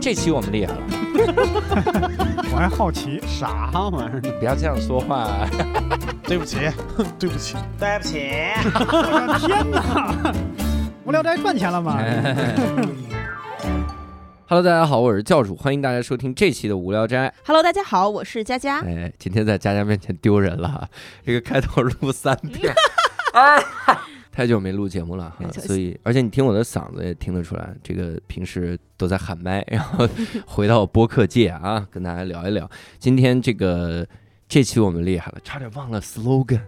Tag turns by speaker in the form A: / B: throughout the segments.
A: 这期我们厉害了，
B: 我还好奇，
C: 啥玩意儿？
A: 不要这样说 话。
D: 对不起，对不起，
E: 对不起，
B: 我的哎天哪！无聊斋赚钱了吗？
A: 哎 Hello，大家好，我是教主，欢迎大家收听这期的无聊斋。
F: Hello，大家好，我是佳佳。
A: 哎，今天在佳佳面前丢人了 啊，这个开头录三遍， 太久没录节目了哈
F: 没，错
A: 所以而且你听我的嗓子也听得出来，这个平时都在喊麦， 然后回到播客界啊，跟大家聊一聊。今天这个这期我们厉害了，差点忘了 slogan。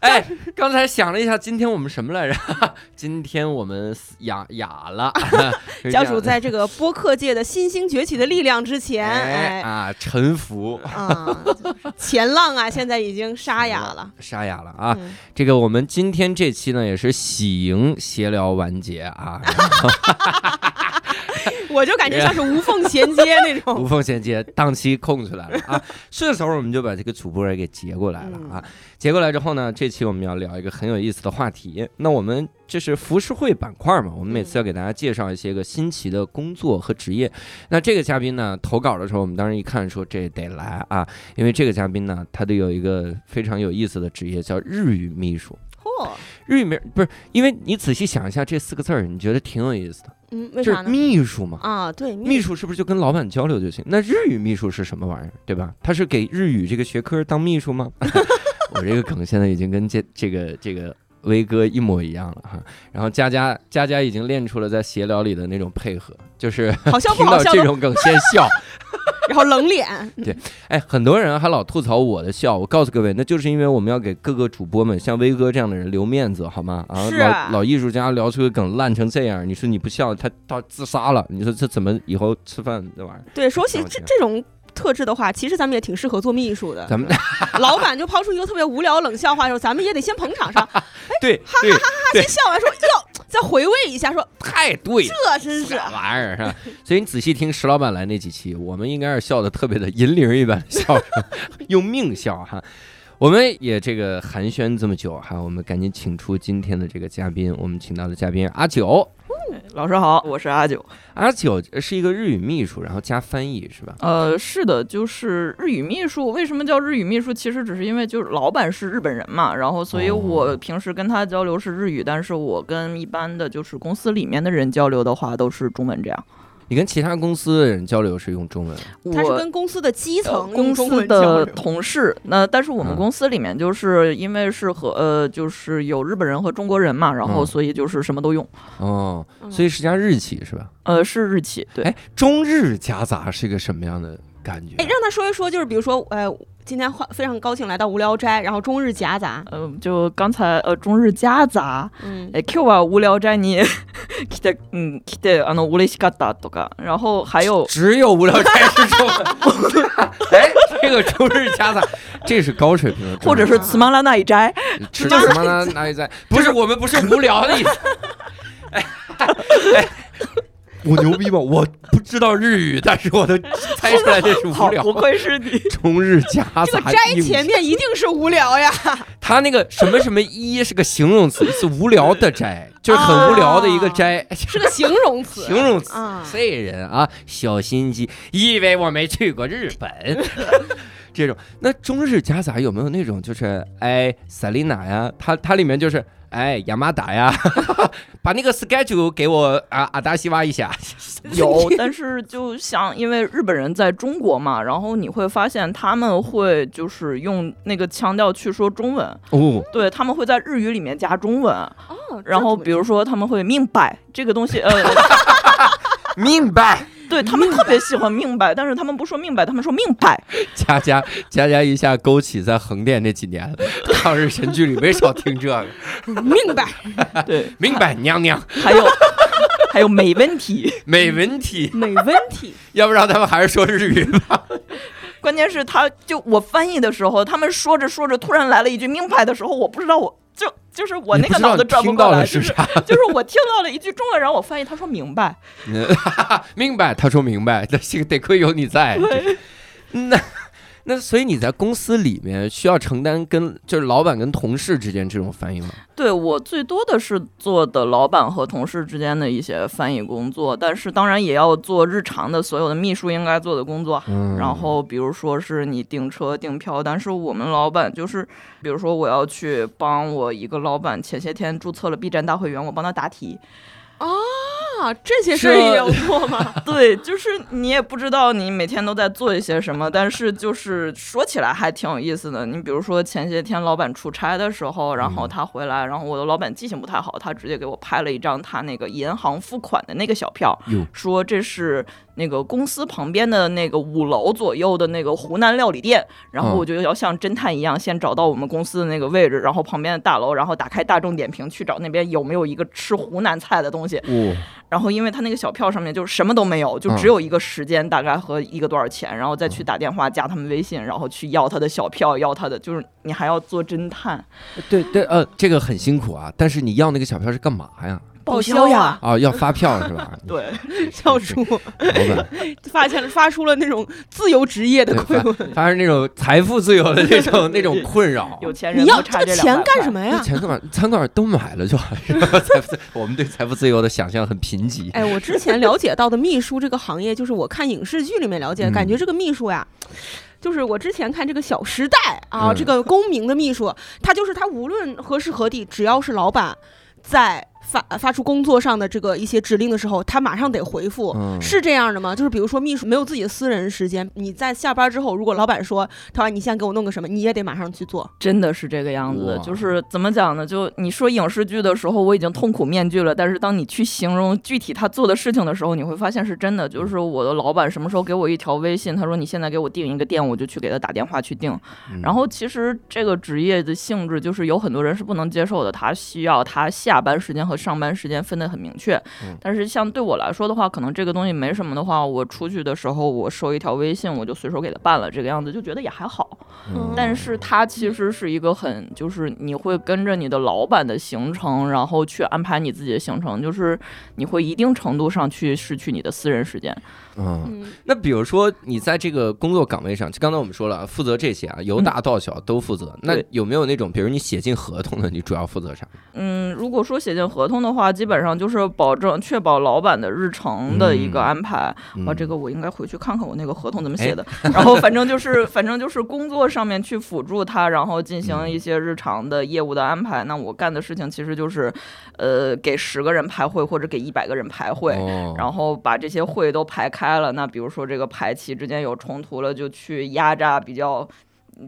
A: 哎，刚才想了一下，今天我们什么来着？ 今天我们哑哑了。 是这
F: 教
A: 样的
F: 主在这个播客界的新兴崛起的力量之前，
A: 哎
F: 哎
A: 啊，沉浮
F: 啊，前浪啊，现在已经沙哑了。
A: 沙哑了啊！
F: 嗯
A: 这个我们今天这期呢也是喜迎闲聊完结啊，
F: 我就感觉像是无缝衔接那
A: 无
F: 种。
A: 缝衔接，档期空出来了啊！是时候我们就把这个主播也给截过来了啊！截过来之后呢，这期我们要聊一个很有意思的话题。那我们这是浮世绘板块嘛，我们每次要给大家介绍一些个新奇的工作和职业。那这个嘉宾呢，投稿的时候，我们当时一看说这得来啊，因为这个嘉宾呢，他都有一个非常有意思的职业，叫日语秘书。
F: 嚯，
A: 日语名不是，因为你仔细想一下这四个字儿，你觉得挺有意思的，
F: 嗯，为
A: 就
F: 啥
A: 是
F: 呢？
A: 秘书嘛。
F: 啊，对，
A: 秘书是不是就跟老板交流就行？那日语秘书是什么玩意儿，对吧？他是给日语这个学科当秘书吗？ 我这个梗现在已经跟这这个这个威哥一模一样了哈。然后佳佳佳佳已经练出了在闲聊里的那种配合，就是
F: 好 笑不
A: 听
F: 好
A: 到
F: 笑
A: 这
F: 都，
A: 种梗先笑。
F: 然后冷脸。
A: 哎，很多人还老吐槽我的笑，我告诉各位，那就是因为我们要给各个主播们，像威哥这样的人留面子，好吗？啊，
F: 是
A: 老老艺术家聊出个梗烂成这样，你说你不笑，他他自杀了，你说这怎么以后吃饭这玩意儿？
F: 对，说起
A: 我
F: 这
A: 天
F: 这种。特质的话，其实咱们也挺适合做秘书的。
A: 咱们
F: 老板就抛出一个特别无聊冷笑话的时候，咱们也得先捧 场上，
A: 对对，
F: 先笑完说哟，再回味一下，说
A: 太对了。
F: 这真
A: 这
F: 是
A: 玩意儿是吧？ 所以你仔细听石老板来那几期，我们应该是笑的特别的银铃一般的笑 声，用命笑哈。我们也这个寒暄这么久哈，我们赶紧请出今天的这个嘉宾，我们请到的嘉宾阿九，
G: 老师好，我是阿九。
A: 阿九是一个日语秘书，然后加翻译是吧？
G: 呃，是的，就是日语秘书。为什么叫日语秘书？其实只是因为就是老板是日本人嘛，然后所以
A: 哦
G: 我平时跟他交流是日语，但是我跟一般的就是公司里面的人交流的话都是中文这样。
A: 你跟其他公司的人交流是用中文，
G: 我
F: 他是跟公司的基
G: 呃
F: 层、
G: 公司的同事，那但是我们
A: 嗯
G: 公司里面就是因为是和呃就是有日本人和中国人嘛，然后
A: 嗯
G: 所以就是什么都用。
A: 哦，
F: 嗯
A: 所以是加日企是吧？
G: 呃，是日企，对。
A: 哎，中日夹杂是一个什么样的感觉啊
F: 哎，？让他说一说，就是比如说，呃，今天欢非常高兴来到无聊斋，然后中日夹杂，
G: 呃，就刚才呃中日夹杂，
F: 嗯，
G: え今日は無聊斋に 来て、嗯、来てあの嬉しかったとか，然后还有
A: 只有无聊斋是中 文。哎，这个中日夹杂，这是高水平的中文，
G: 或者是つまらない斋，
A: 吃什么呢？哪 里在？不是我们不是无聊的意思。哎哎我牛逼吗？我不知道日语，但是我都猜出来这是无
G: 好
A: 聊。
G: 不愧是你，
A: 中日夹杂，
F: 这个斋前面一定是无聊 呀，
A: 他那个什么什么一是个形容词，是无聊的斋，就是很无聊的一个斋，
F: 是个形容 词，
A: 形容词。
F: 啊，
A: 这人啊，小心机，以为我没去过日本。这种，那中日夹杂有没有那种就是哎萨琳娜呀，它它里面就是哎亚麻达呀， 把那个 schedule 给我啊阿达西哇一下。
G: 有， 但是就像因为日本人在中国嘛，然后你会发现他们会就是用那个腔调去说中文，
A: 哦，
G: 对他们会在日语里面加中文，
F: 哦
G: 然后比如说他们会明白这个东西，呃，
A: 明白。
G: 对他们特别喜欢明白，但是他们不说明白，他们说明白，
A: 佳佳佳佳一下勾起在横店那几年抗日神剧里没少听这个，
F: 明白，
G: 对，
A: 明白娘娘
G: 还有还有没问题。
A: 美文体。
F: 没问题，
A: 要不然他们还是说日语吧。
G: 关键是他就我翻译的时候，他们说着说着，突然来了一句“明白”的时候，我不知道我就就是我那个脑子转不
A: 听
G: 过
A: 到
G: 来，
A: 的
G: 就是是
A: 啥？
G: 就是我听到了一句中文，然后我翻译，他说“明白
A: 明白，他说明白，但是得亏有你在。那那所以你在公司里面需要承担跟就是老板跟同事之间这种翻译吗？
G: 对我最多的是做的老板和同事之间的一些翻译工作，但是当然也要做日常的所有的秘书应该做的工作。
A: 嗯
G: 然后比如说是你订车订票，但是我们老板就是，比如说我要去帮我一个老板前些天注册了 B 站大会员，我帮他答题。
F: 啊，这些事儿也有做吗？
G: 对，就是你也不知道你每天都在做一些什么，但是就是说起来还挺有意思的。你比如说前些天老板出差的时候，然后他回来，然后我的老板记性不太好，他直接给我拍了一张他那个银行付款的那个小票
A: 哟，
G: 说这是那个公司旁边的那个五楼左右的那个湖南料理店。然后我就要像侦探一样，先找到我们公司的那个位置，然后旁边的大楼，然后打开大众点评去找那边有没有一个吃湖南菜的东西。
A: 哦，
G: 然后因为他那个小票上面就什么都没有，就只有一个时间大概和一个多少钱，然后再去打电话加他们微信，然后去要他的小票，要他的就是你还要做侦探？
A: 对对呃，这个很辛苦啊。但是你要那个小票是干嘛呀？
F: 报销呀，
A: 啊，要发票是吧
G: 对，
F: 教主
A: 老板
F: 发现了，发出了那种自由职业的
A: 对
F: 困惑。
A: 发生那种财富自由的那种那种困扰。
G: 有钱人
F: 你要
G: 不
F: 这
G: 差
F: 个
G: 这
F: 钱干什
G: 么？
F: 么
A: 那
F: 呀？
A: 钱干嘛？餐馆都买了就好了。是吧财富自我们对财富自由的想象很贫 瘠。
F: 哎，我之前了解到的秘书这个行业，就是我看影视剧里面了解，
A: 嗯
F: 感觉这个秘书呀。就是我之前看这个《小时代》啊，
A: 嗯
F: 这个公明的秘书，他就是他无论何时何地，只要是老板在发发出工作上的这个一些指令的时候，他马上得回复。
A: 嗯
F: 是这样的吗？就是比如说，秘书没有自己的私人时间，你在下班之后，如果老板说他说你先给我弄个什么，你也得马上去做。
G: 真的是这个样子的，
A: 哇
G: 就是怎么讲呢？就你说影视剧的时候，我已经痛苦面具了，但是当你去形容具体他做的事情的时候，你会发现是真的。就是我的老板什么时候给我一条微信，他说你现在给我订一个店，我就去给他打电话去订。
A: 嗯
G: 然后其实这个职业的性质就是有很多人是不能接受的，他需要他下班时间和上班时间分得很明确。
A: 嗯
G: 但是像对我来说的话，可能这个东西没什么的话，我出去的时候我收一条微信，我就随手给他办了，这个样子就觉得也还好。
A: 嗯
G: 但是它其实是一个很，就是你会跟着你的老板的行程，然后去安排你自己的行程，就是你会一定程度上去失去你的私人时间。
A: 嗯，
F: 嗯，
A: 那比如说你在这个工作岗位上，就刚才我们说了啊，负责这些啊，由大到小都负责。那
G: 嗯对
A: 有没有那种，比如你写进合同的，你主要负责啥？
G: 嗯，如果说写进合同的话，基本上就是保证确保老板的日程的一个安
A: 嗯
G: 排。
A: 哎
G: 啊，这个我应该回去看看我那个合同怎 么写的。然后反正就是，反正就是工作上面去辅助他，然后进
A: 嗯
G: 行一些日常的业务的安排。那我干的事情其实就是，呃，给十个人排会或者给一百个人排会。
A: 哦
G: 然后把这些会都排开了，那比如说这个排期之间有冲突了，就去压榨比较，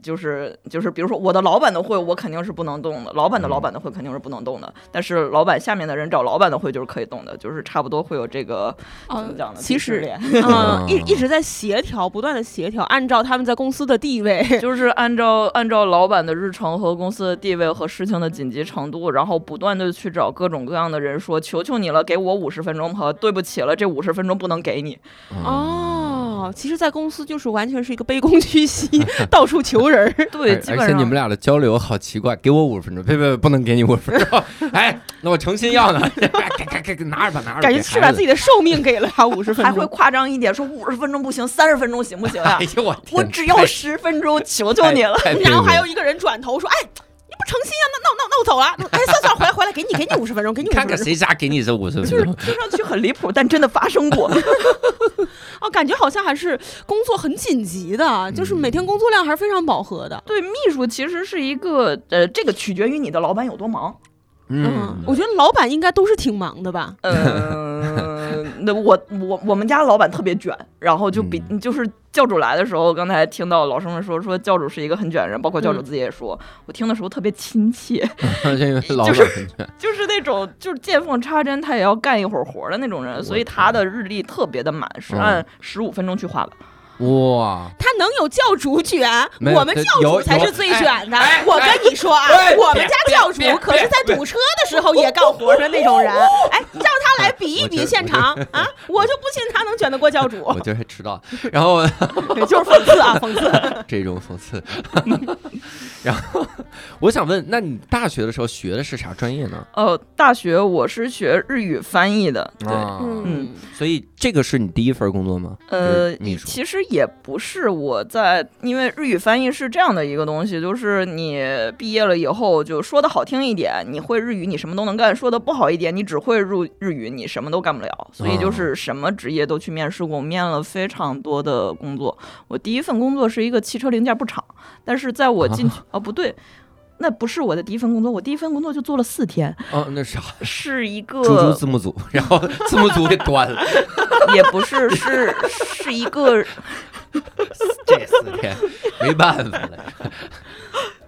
G: 就是就是，比如说我的老板的会，我肯定是不能动的，老板的
A: 嗯
G: 老板的会肯定是不能动的，但是老板下面的人找老板的会就是可以动的，就是差不多会有这个怎么讲呢？
F: 其
G: 鄙视
F: 实
G: 链
F: 嗯，一
A: 嗯
F: 一直在协调，不断的协调，按照他们在公司的地位，
G: 就是按照按照老板的日程和公司的地位和事情的紧急程度，然后不断的去找各种各样的人说，求求你了，给我五十分钟和对不起了，这五十分钟不能给你。
F: 哦，其实，在公司就是完全是一个卑躬屈膝， 到处求人儿。
G: 对，
A: 而
G: 基本
A: 而且
G: 上
A: 你们俩的交流好奇怪，给我五十分钟，别别别，不能给你五十分钟。 哎，那我诚心要呢， 哎给给给给拿着吧，拿着吧。
F: 感觉是把自
A: 己。
F: 己的寿命给了他五十分
G: 还会
F: 钟。
G: 夸张一点，说五十分钟不行，三十分钟行不行呀、
A: 哎呦我天
G: 我只要
A: 太
G: 十分钟，求求你了。
A: 太佩服
F: 然后还有
A: 了
F: 一个人转头说：“哎，你不诚心啊？那那那那我走了。 哎，算了算了，回来回来，给你给你五十分钟，给你五十
A: 看看
F: 分钟。
A: 谁家给你这五十分
G: 就是
A: 钟。
G: 听上去很离谱，但真的发生过。
F: 哦，感觉好像还是工作很紧急的，就是每天工作量还是非常饱和的。
G: 对，秘书其实是一个，呃，这个取决于你的老板有多忙。
A: 嗯，
F: 我觉得老板应该都是挺忙的吧。
G: 呃，那我我我们家老板特别卷，然后就比、就是教主来的时候，刚才听到老师们说说教主是一个很卷的人，包括教主自己也说，我听的时候特别亲切，
A: 因为老板
G: 就是
A: 很 卷
G: 就是那种就是见缝插针，他也要干一会儿活的那种人，所以他的日历特别的满，是按十五分钟去划的。
A: 哇，
F: 他能有教主卷，
A: 没有
F: 我们
A: 这
F: 教
A: 有
F: 主才
A: 有
F: 是最
A: 哎
F: 卷的。
A: 哎
F: 我跟你说啊，
A: 哎
F: 我
A: 别
F: 们家教主
A: 别别哦
F: 可是在堵车的时候也干活的那种人。哎，让他来来比一比现场啊！我就不信他能卷得过教主，
A: 我今儿还迟到，然后
F: 就是讽 刺啊，讽刺。
A: 这种讽刺。 然后我想问，那你大学的时候学的是啥专业呢？
G: 呃，大学我是学日语翻译的，对，
A: 啊，
G: 嗯，
A: 所以这个是你第一份工作吗？
G: 呃
A: 就是，秘书
G: 其实也不是我在，因为日语翻译是这样的一个东西，就是你毕业了以后，就说的好听一点，你会日语，你什么都能干；说的不好一点，你只会日日语，你什么都干不了。所
A: 哦
G: 以就是什么职业都去面试过，面了非常多的工作。我第一份工作是一个汽车零件布厂，但是在我 进去，哦，不对。那不是我的第一份工作，我第一份工作就做了四天，
A: 哦，那啥，
G: 是一个
A: 猪猪字幕组， 然后字幕组给端了
G: 也不是，是是一个
A: 这四天，没办法了，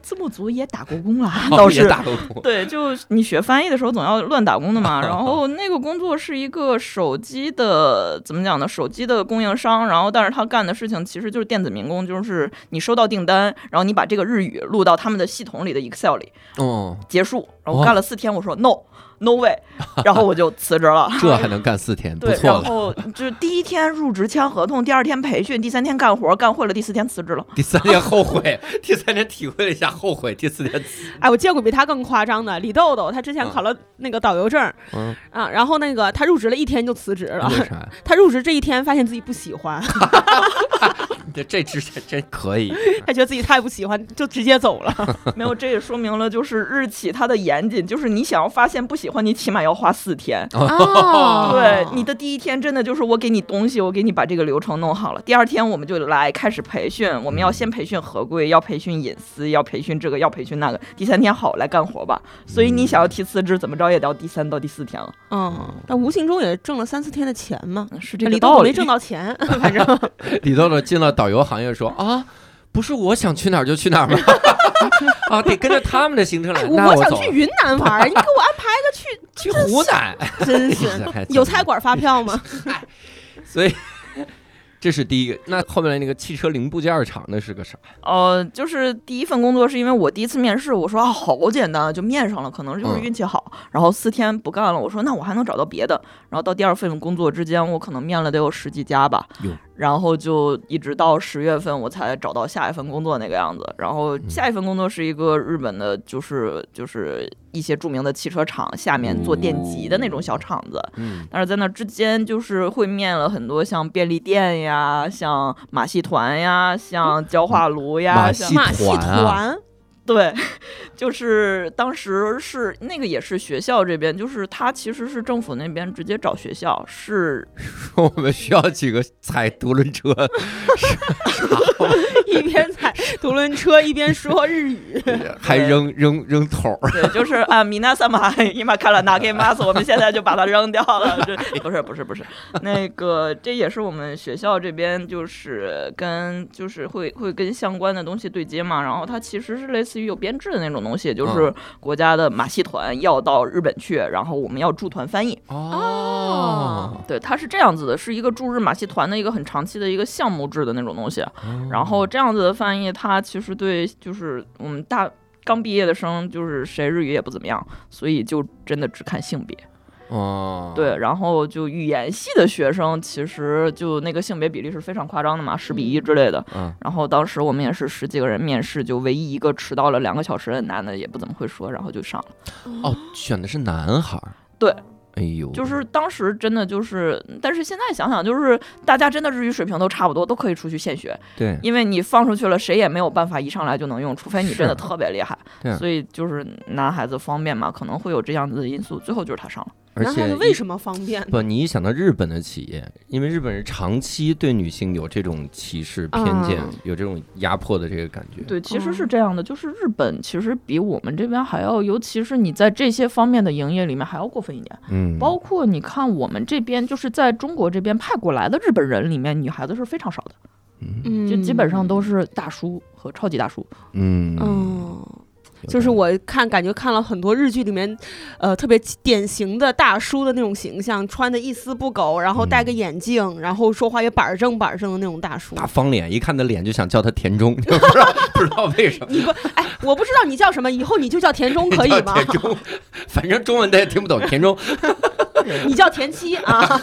G: 字幕组也打过工了，倒
A: 哦也
G: 是。
A: 打过工。
G: 对，就你学翻译的时候总要乱打工 的嘛。然后那个工作是一个手机的，怎么讲呢？手机的供应商。然后，但是他干的事情其实就是电子民工，就是你收到订单，然后你把这个日语录到他们的系统里的 Excel 里，
A: 哦，
G: 结束。然后
A: 哇
G: 干了四天，我说 No No way，然后我就辞职了。
A: 这还能干四天， 不
G: 对，
A: 错
G: 然
A: 了。
G: 后就是第一天入职签合同，第二天培训，第三天干活，干会了，第四天辞职了。
A: 第三天后悔， 第三天体会了一下后悔，第四天辞
F: 哎，我见过比他更夸张的，李豆豆，他之前考了那个导游证
A: 啊嗯，
F: 啊，然后那个他入职了一天就辞职了。
A: 为啥？
F: 他入职这一天发现自己不喜欢，
A: 这这之前真可以，
F: 他觉得自己太不喜欢，就直接走了。
G: 没有，这也说明了就是日企它的严谨，就是你想要发现不喜欢，你起码要花四天。
F: 哦
G: 对，你的第一天真的就是我给你东西，我给你把这个流程弄好了。第二天我们就来开始培训，我们要先培训合规，要培训隐私，要培训这个，要培训那个。第三天好来干活吧。所以你想要提辞职，怎么着也得要第三到第四天了。
F: 嗯，但无形中也挣了三四天的钱嘛。
G: 是嗯这
F: 这
G: 个
F: 李
G: 道
F: 豆
G: 理。
F: 没挣到钱，反正
A: 李豆豆进了导游行业说啊，不是我想去哪儿就去哪儿吗？ 啊，得跟着他们的行程来。
F: 哎
A: 那
F: 我想
A: 走
F: 去
A: 了
F: 云南玩儿，你给我安排一个去，
A: 去湖南，
F: 真是有菜馆发票吗？
A: 所以这是第一个。那后面那个汽车零部件厂那是个啥？
G: 呃，就是第一份工作是因为我第一次面试，我说啊好简单，就面上了，可能就是
A: 嗯
G: 运气好。然后四天不干了，我说那我还能找到别的。然后到第二份工作之间，我可能面了得有十几家吧
A: 哟。
G: 然后就一直到十月份我才找到下一份工作那个样子。然后
A: 嗯
G: 下一份工作是一个日本的，就是就是一些著名的汽车厂下面做电极的那种小厂子。
A: 嗯，
G: 但是在那之间，就是会面了很多像便利店呀、像马戏团呀、像焦化炉呀、
A: 嗯马
G: 像
A: 戏
F: 马戏
A: 团啊
F: 团，
G: 对，就是当时是那个也是学校这边，就是他其实是政府那边直接找学校，是
A: 我们需要几个踩独轮车，
F: 一边踩独轮车一边说日语。
A: 还扔扔扔桶儿。
G: 对，就是啊，米娜萨玛伊玛卡拉纳给马斯，我们现在就把它扔掉了。这不是不是不是，那个这也是我们学校这边就是跟就是会会跟相关的东西对接嘛。然后它其实是类似于有编制的那种东西，就是国家的马戏团要到日本去，然后我们要驻团翻译。
A: 哦，
G: 对，它是这样子的，是一个驻日马戏团的一个很长期的一个项目制的那种东
A: 哦
G: 西。然后这样子的翻译，它其实对就是我们大刚毕业的生，就是谁日语也不怎么样，所以就真的只看性别。
A: 哦，
G: 对，然后就语言系的学生，其实就那个性别比例是非常夸张的嘛，十比一之类的。
A: 嗯，
G: 然后当时我们也是十几个人面试，就唯一一个迟到了两个小时的男的也不怎么会说，然后就上了。
A: 哦，选的是男孩儿。
G: 对，
A: 哎呦，
G: 就是当时真的就是，但是现在想想，就是大家真的日语水平都差不多，都可以出去现学。
A: 对，
G: 因为你放出去了，谁也没有办法一上来就能用，除非你真
A: 是
G: 的特别厉害
A: 对。啊
G: 所以就是男孩子方便嘛，可能会有这样子的因素。最后就是他上了，
A: 而
F: 男孩
A: 且
F: 子为什么方便呢？
A: 不，你一想到日本的企业，因为日本人长期对女性有这种歧视、偏见，
F: 嗯
A: 有这种压迫的这个感觉。
G: 对，其实
F: 嗯
A: 哦
G: 是这样的，就是日本其实比我们这边还要，尤其是你在这些方面的营业里面还要过分一点。
A: 嗯，
G: 包括你看我们这边，就是在中国这边派过来的日本人里面，女孩子是非常少的，
A: 嗯
F: 嗯
G: 就基本上都是大叔和超级大叔。
A: 嗯
F: 嗯。
A: 有
F: 就是
A: 道理
F: 我看，感觉看了很多日剧里面，呃，特别典型的大叔的那种形象，穿的一丝不苟，然后戴个眼镜，然后说话也板正板正的那种大叔。
A: 大方脸，一看他脸就想叫他田中， 不知道不知道为什么。
F: 你不，哎，我不知道你叫什么，以后你就叫田中可 以
A: 叫
F: 吗？
A: 田中，反正中文他也听不懂。田中，
F: 你叫田七 啊，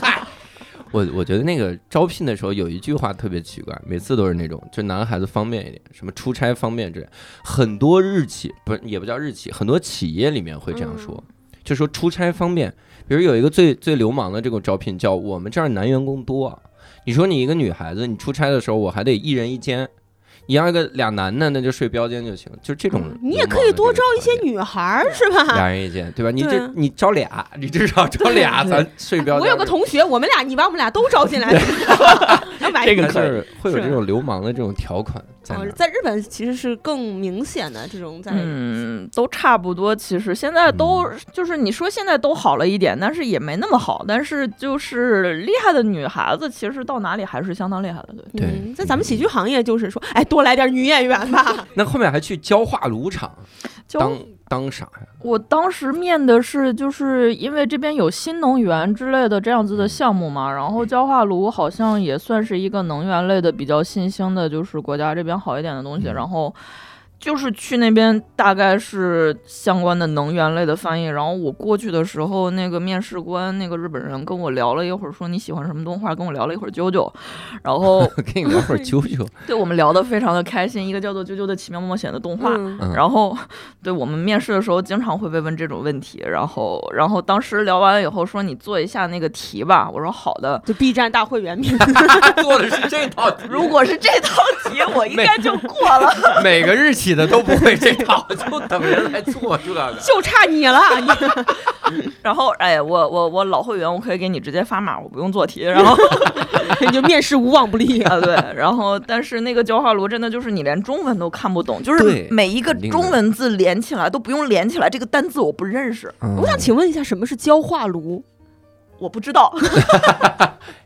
A: 我我觉得那个招聘的时候有一句话特别奇怪，每次都是那种，就男孩子方便一点，什么出差方便之类。很多日企不是也不叫日企，很多企业里面会这样说，
F: 嗯
A: 就说出差方便。比如有一个最最流氓的这种招聘叫我们这儿男员工多啊，你说你一个女孩子，你出差的时候我还得一人一间。你要一个俩男的，那就睡标间就行，就这种流氓的这个条件。
F: 嗯你也可以多招一些女孩儿是吧？
A: 俩人一间，对吧？你
F: 对
A: 这
F: 啊
A: 你招俩，你至少招 俩，
G: 对
A: 咱睡标间。
F: 我有个同学，我们俩你把我们俩都招 进来，要买
A: 这个
F: 一
A: 就
F: 份
A: 是会有
F: 是
A: 这种流氓的这种条款在那
F: 哦
A: 儿。
F: 在日本其实是更明显的这种在，
G: 嗯，都差不多。其实现在都、就是你说现在都好了一点，但是也没那么好。但是就是厉害的女孩子，其实到哪里还是相当厉害的。对，
A: 对
F: 嗯在咱们喜剧行业就是说，哎，多来点女演员 吧，
A: 那后面还去焦化炉厂
G: 就
A: 当当啥呀？
G: 我当时面的是，就是因为这边有新能源之类的这样子的项目嘛，然后焦化炉好像也算是一个能源类的比较新兴的，就是国家这边好一点的东西，
A: 嗯
G: 然后。就是去那边，大概是相关的能源类的翻译。然后我过去的时候，那个面试官那个日本人跟我聊了一会儿，说你喜欢什么动画，跟我聊了一会儿《啾啾》，然后
A: 我给你聊 会儿啾啾。
G: 对我们聊得非常的开心。一个叫做《啾啾的奇妙冒险》的动画，
F: 嗯
A: 嗯
G: 然后，对我们面试的时候经常会被问这种问题，然后，然后当时聊完了以后说你做一下那个题吧，我说好 的。
F: 就 B 站大会员面，
A: 做的是这套，
G: 如果是这道题，我应该就过了。
A: 每个日企的都不会这套，就等着来做这个。
F: 就差你了，你
G: 然后，哎，我我我老会员，我可以给你直接发码，我不用做题。然后
F: 你就面试无往不利啊。
G: 啊，对，然后但是那个焦化炉真的就是你连中文都看不懂，就是
A: 对
G: 每一个
A: 肯定的
G: 中文字连起来都不用连起来，这个单字我不认识，
A: 嗯
F: 我想请问一下，什么是焦化炉？
G: 我不 知道，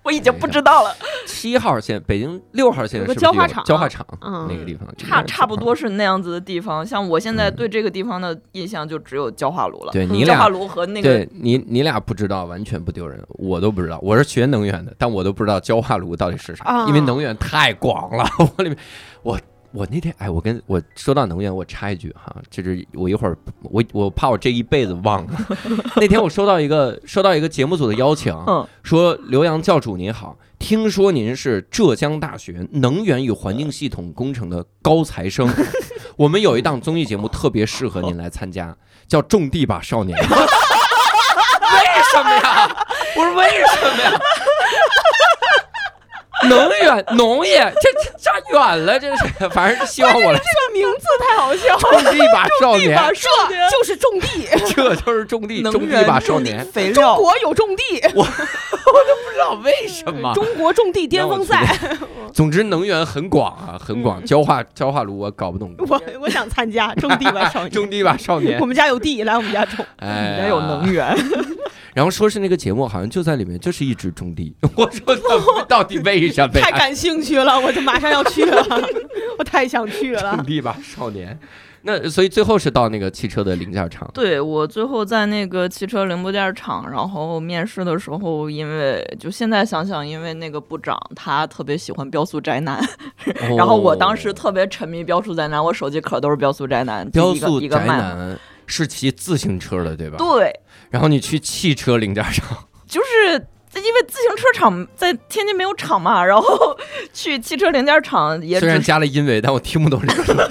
G: 我已经不知道了。
A: 七号线，北京六号线
F: 有
A: 是不
F: 个
A: 是
F: 焦化
A: 有
F: 厂
A: 焦化厂
F: 嗯
A: 那个地方，
G: 差
A: 应该是
G: 差不
A: 焦化
G: 多是那样子的地方。像我现在对这个地方的印象就只有焦化炉了
A: 厂。，
G: 嗯
A: 对你
G: 焦化
A: 俩，
G: 炉和那个
A: 对你你俩不知道，完全不丢人，我都不知道。我是学能源的，但我都不知道焦化炉到底是
F: 啊
A: 啥，因为能源太广了。 我里面，我我那天哎，我跟我说到能源，我插一句哈，就是我一会儿我我怕我这一辈子忘了。 那天我收到一个收到一个节目组的邀请，
G: 嗯
A: 说刘洋教主您好，听说您是浙江大学能源与环境系统工程的高材 生，我们有一档综艺节目特别适合您来参加，叫《种地吧 少年》。为什么呀？我说为什么呀？ 能源、农业，这这差远了，这是，反正希望我来
F: 这名字太好笑了，
A: 种地吧少 年，
F: 这就是种地，
A: 这就是哎种地，
G: 能
A: 种地
G: 源
A: 吧少
G: 种地
A: 年，
G: 肥
F: 中
G: 料。
F: 国有种地，
A: 不知道为什么。
F: 中国种地巅峰赛，
A: 总之，能源很广啊，很
G: 嗯
A: 广。焦化焦化炉我搞不懂，
F: 我我想参加种地吧少年，
A: 种地吧少年
F: 我。们家有地，来我们家种。
A: 哎呀，
G: 也有能源，
A: 然后说是那个节目好像就在里面，就是一直种地。 我说他们到底为什么
F: 太
A: 呀？
F: 感兴趣了，我就马上要去了，我太想去
A: 种
F: 了。
A: 地吧少年。那所以最后是到那个汽车的零件厂，
G: 对我最后在那个汽车零部件厂，然后面试的时候，因为就现在想想，因为那个部长他特别喜欢标速宅男，
A: 哦
G: 然后我当时特别沉迷标速宅男，我手机壳都是标速宅男，
A: 标
G: 一个
A: 速
G: 一个
A: 宅
G: 卖。
A: 男是骑自行车的对吧？
G: 对，
A: 然后你去汽车零件厂，
G: 就是因为自行车厂在天津没有厂嘛，然后 去汽车零件厂也
A: 虽
G: 只
A: 然
G: 是
A: 加了因为，但我听不懂这 个。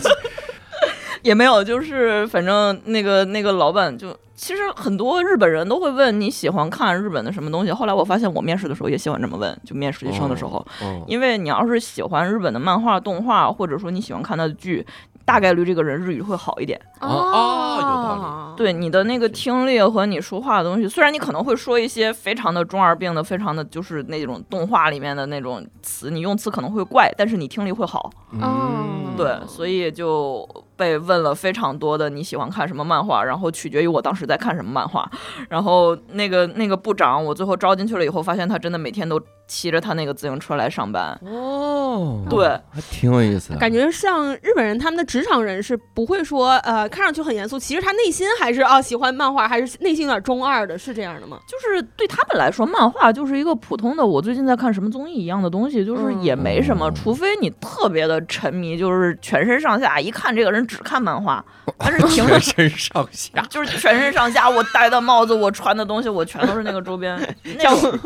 G: 也没有，就是反正那个那个老板就，其实很多日本人都会问你喜欢看日本的什么东西。后来我发现我面试的时候也喜欢这么问，就面实习生的时候，
A: 哦，
G: 因为你要是喜欢日本的漫画、动画，或者说你喜欢看他的剧。大概率这个人日语会好一点，
A: 哦哦有道
G: 对你的那个听力和你说话的东西，虽然你可能会说一些非常的中二病的、非常的就是那种动画里面的那种词，你用词可能会怪，但是你听力会好。
A: 嗯
G: 对，所以就被问了非常多的你喜欢看什么漫画，然后取决于我当时在看什么漫画。然后那个那个部长，我最后招进去了以后，发现他真的每天都骑着他那个自行车来上班。
A: 哦，
F: 嗯
G: 对，
A: 还挺有意思的，
F: 感觉像日本人，他们的职场人是不会说，呃，看上去很严肃，其实他内心还是啊喜欢漫画，还是内心有点中二的，是这样的吗？
G: 就是对他们来说，漫画就是一个普通的，我最近在看什么综艺一样的东西，就是
F: 嗯
G: 也没什么，
A: 哦
G: 除非你特别的沉迷，就是全身上下一看这个人只看漫画，但是平
A: 全
G: 时
A: 身上
F: 啊
A: 下
G: 就是全身上下，我戴的帽子，我穿的东西，我全都是那个周 边。那种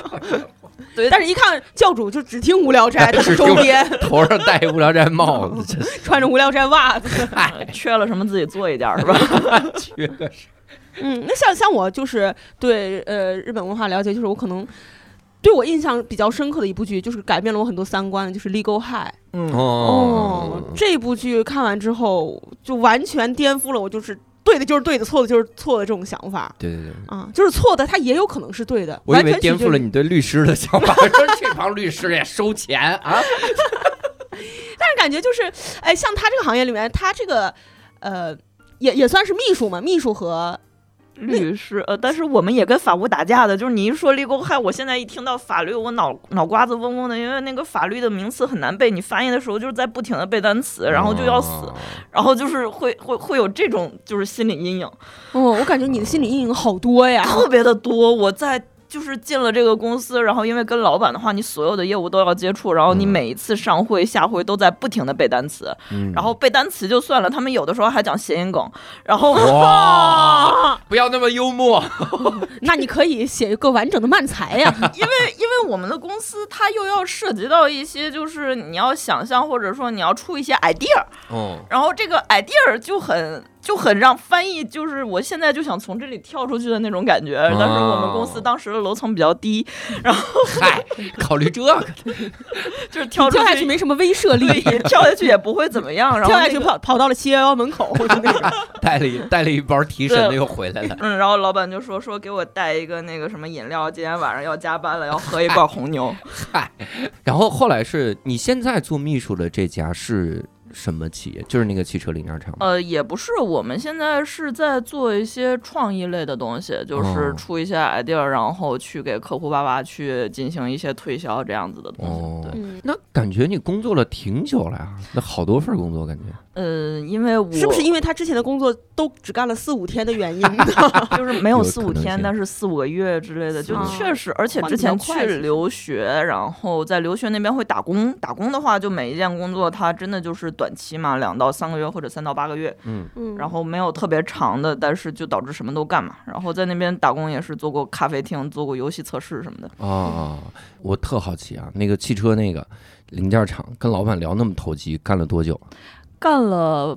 G: 对，
F: 但
G: 是
F: 是，一看教主就只听无聊斋，他是周边
A: 头上戴一无聊斋帽子， 真是
F: 穿着无聊斋袜子。
G: 哎， 缺了什么自己做一点儿是吧？
A: 缺个啥
F: 嗯，那像像我就是对呃日本文化了解，就是我可能对我印象比较深刻的一部剧，就是改变了我很多三观的，就是《Legal High》。
D: 嗯，
A: 哦
F: 哦，，这部剧看完之后，就完全颠覆了我就是对的就是对的，错的就是错的这种想法
A: 对对对。
F: 啊，就是错的它也有可能是对的，
A: 嗯我以
F: 完
A: 为
F: 全取
A: 颠
F: 决
A: 覆了
F: 于。
A: 你对律师的想法，说这帮律师也收钱啊！
F: 哦但是感觉就是，哎，像他这个行业里面，他这个呃，也也算是秘书嘛，秘书和
G: 律师，呃，但是我们也跟法务打架的，就是你一说立功害，我现在一听到法律，我脑脑瓜子嗡嗡的，因为那个法律的名词很难背，你翻译的时候就是在不停的背单词，然后就要死，
A: 哦，
G: 然后就是会会会有这种就是心理阴影
F: 哦，我感觉你的心理阴影好多呀。
G: 特别的多，我在。就是进了这个公司，然后因为跟老板的话，你所有的业务都要接触，然后你
A: 嗯
G: 每一次上会、下会都在不停的背单词，
A: 嗯
G: 然后背单词就算了，他们有的时候还讲谐音梗，然后
A: 哇， 不要那么幽默，
F: 那你可以写一个完整的漫才 呀。
G: 因为因为我们的公司它又要涉及到一些，就是你要想象或者说你要出一些 idea，
F: 哦
A: 嗯，
G: 然后这个 idea 就很就很让翻译，就是我现在就想从这里跳出去的那种感觉。
F: 哦
G: 但是我们公司当时的楼层比较 低，
A: 嗨，考虑这个，
G: 就是跳
F: 你
G: 出
F: 跳下去没什么威慑力，
G: 对，跳下去也不会怎么样，然后
F: 跳下
G: 那
F: 去
G: 个
F: 跑跑到了七幺幺门口，就那种。
A: 带了一带了一包提神的又回来了，
G: 嗯，然后老板就说说给我带一个那个什么饮料，今天晚上要加班了，要喝一罐红牛。
A: 然后后来是你现在做秘书的这家是什么企业？就是那个汽车零件厂吗？
G: 呃，也不是，我们现在是在做一些创意类的东西，就是
A: 哦
G: 出一些 idea，、然后去给客户爸爸去进行一些推销这样子的东西。
A: 哦
G: 对，
F: 嗯，
A: 那感觉你工作了挺久了呀，那好多份工作感觉。
G: 呃，因为我
F: 是不是因为他之前的工作都只干了四五天的原因？
G: 就是没有
A: 有
G: 四
A: 可
G: 五
A: 能
G: 天，
A: 性
G: 但是四五个月之类的，就
F: 啊
G: 确实，而且
F: 换
G: 之
F: 得比较
G: 前
F: 快
G: 去
F: 其实
G: 留学，然后在留学那边会打工，打工的话，就每一件工作它真的就是短期嘛，两到三个月或者三到八个月，
A: 嗯，
F: 嗯
G: 然后没有特别长的，但是就导致什么都干嘛。然后在那边打工也是做过咖啡厅，做过游戏测试什么的。
A: 哦，我特好奇啊，那个汽车那个零件厂跟老板聊那么投机，干了多久？
G: 干了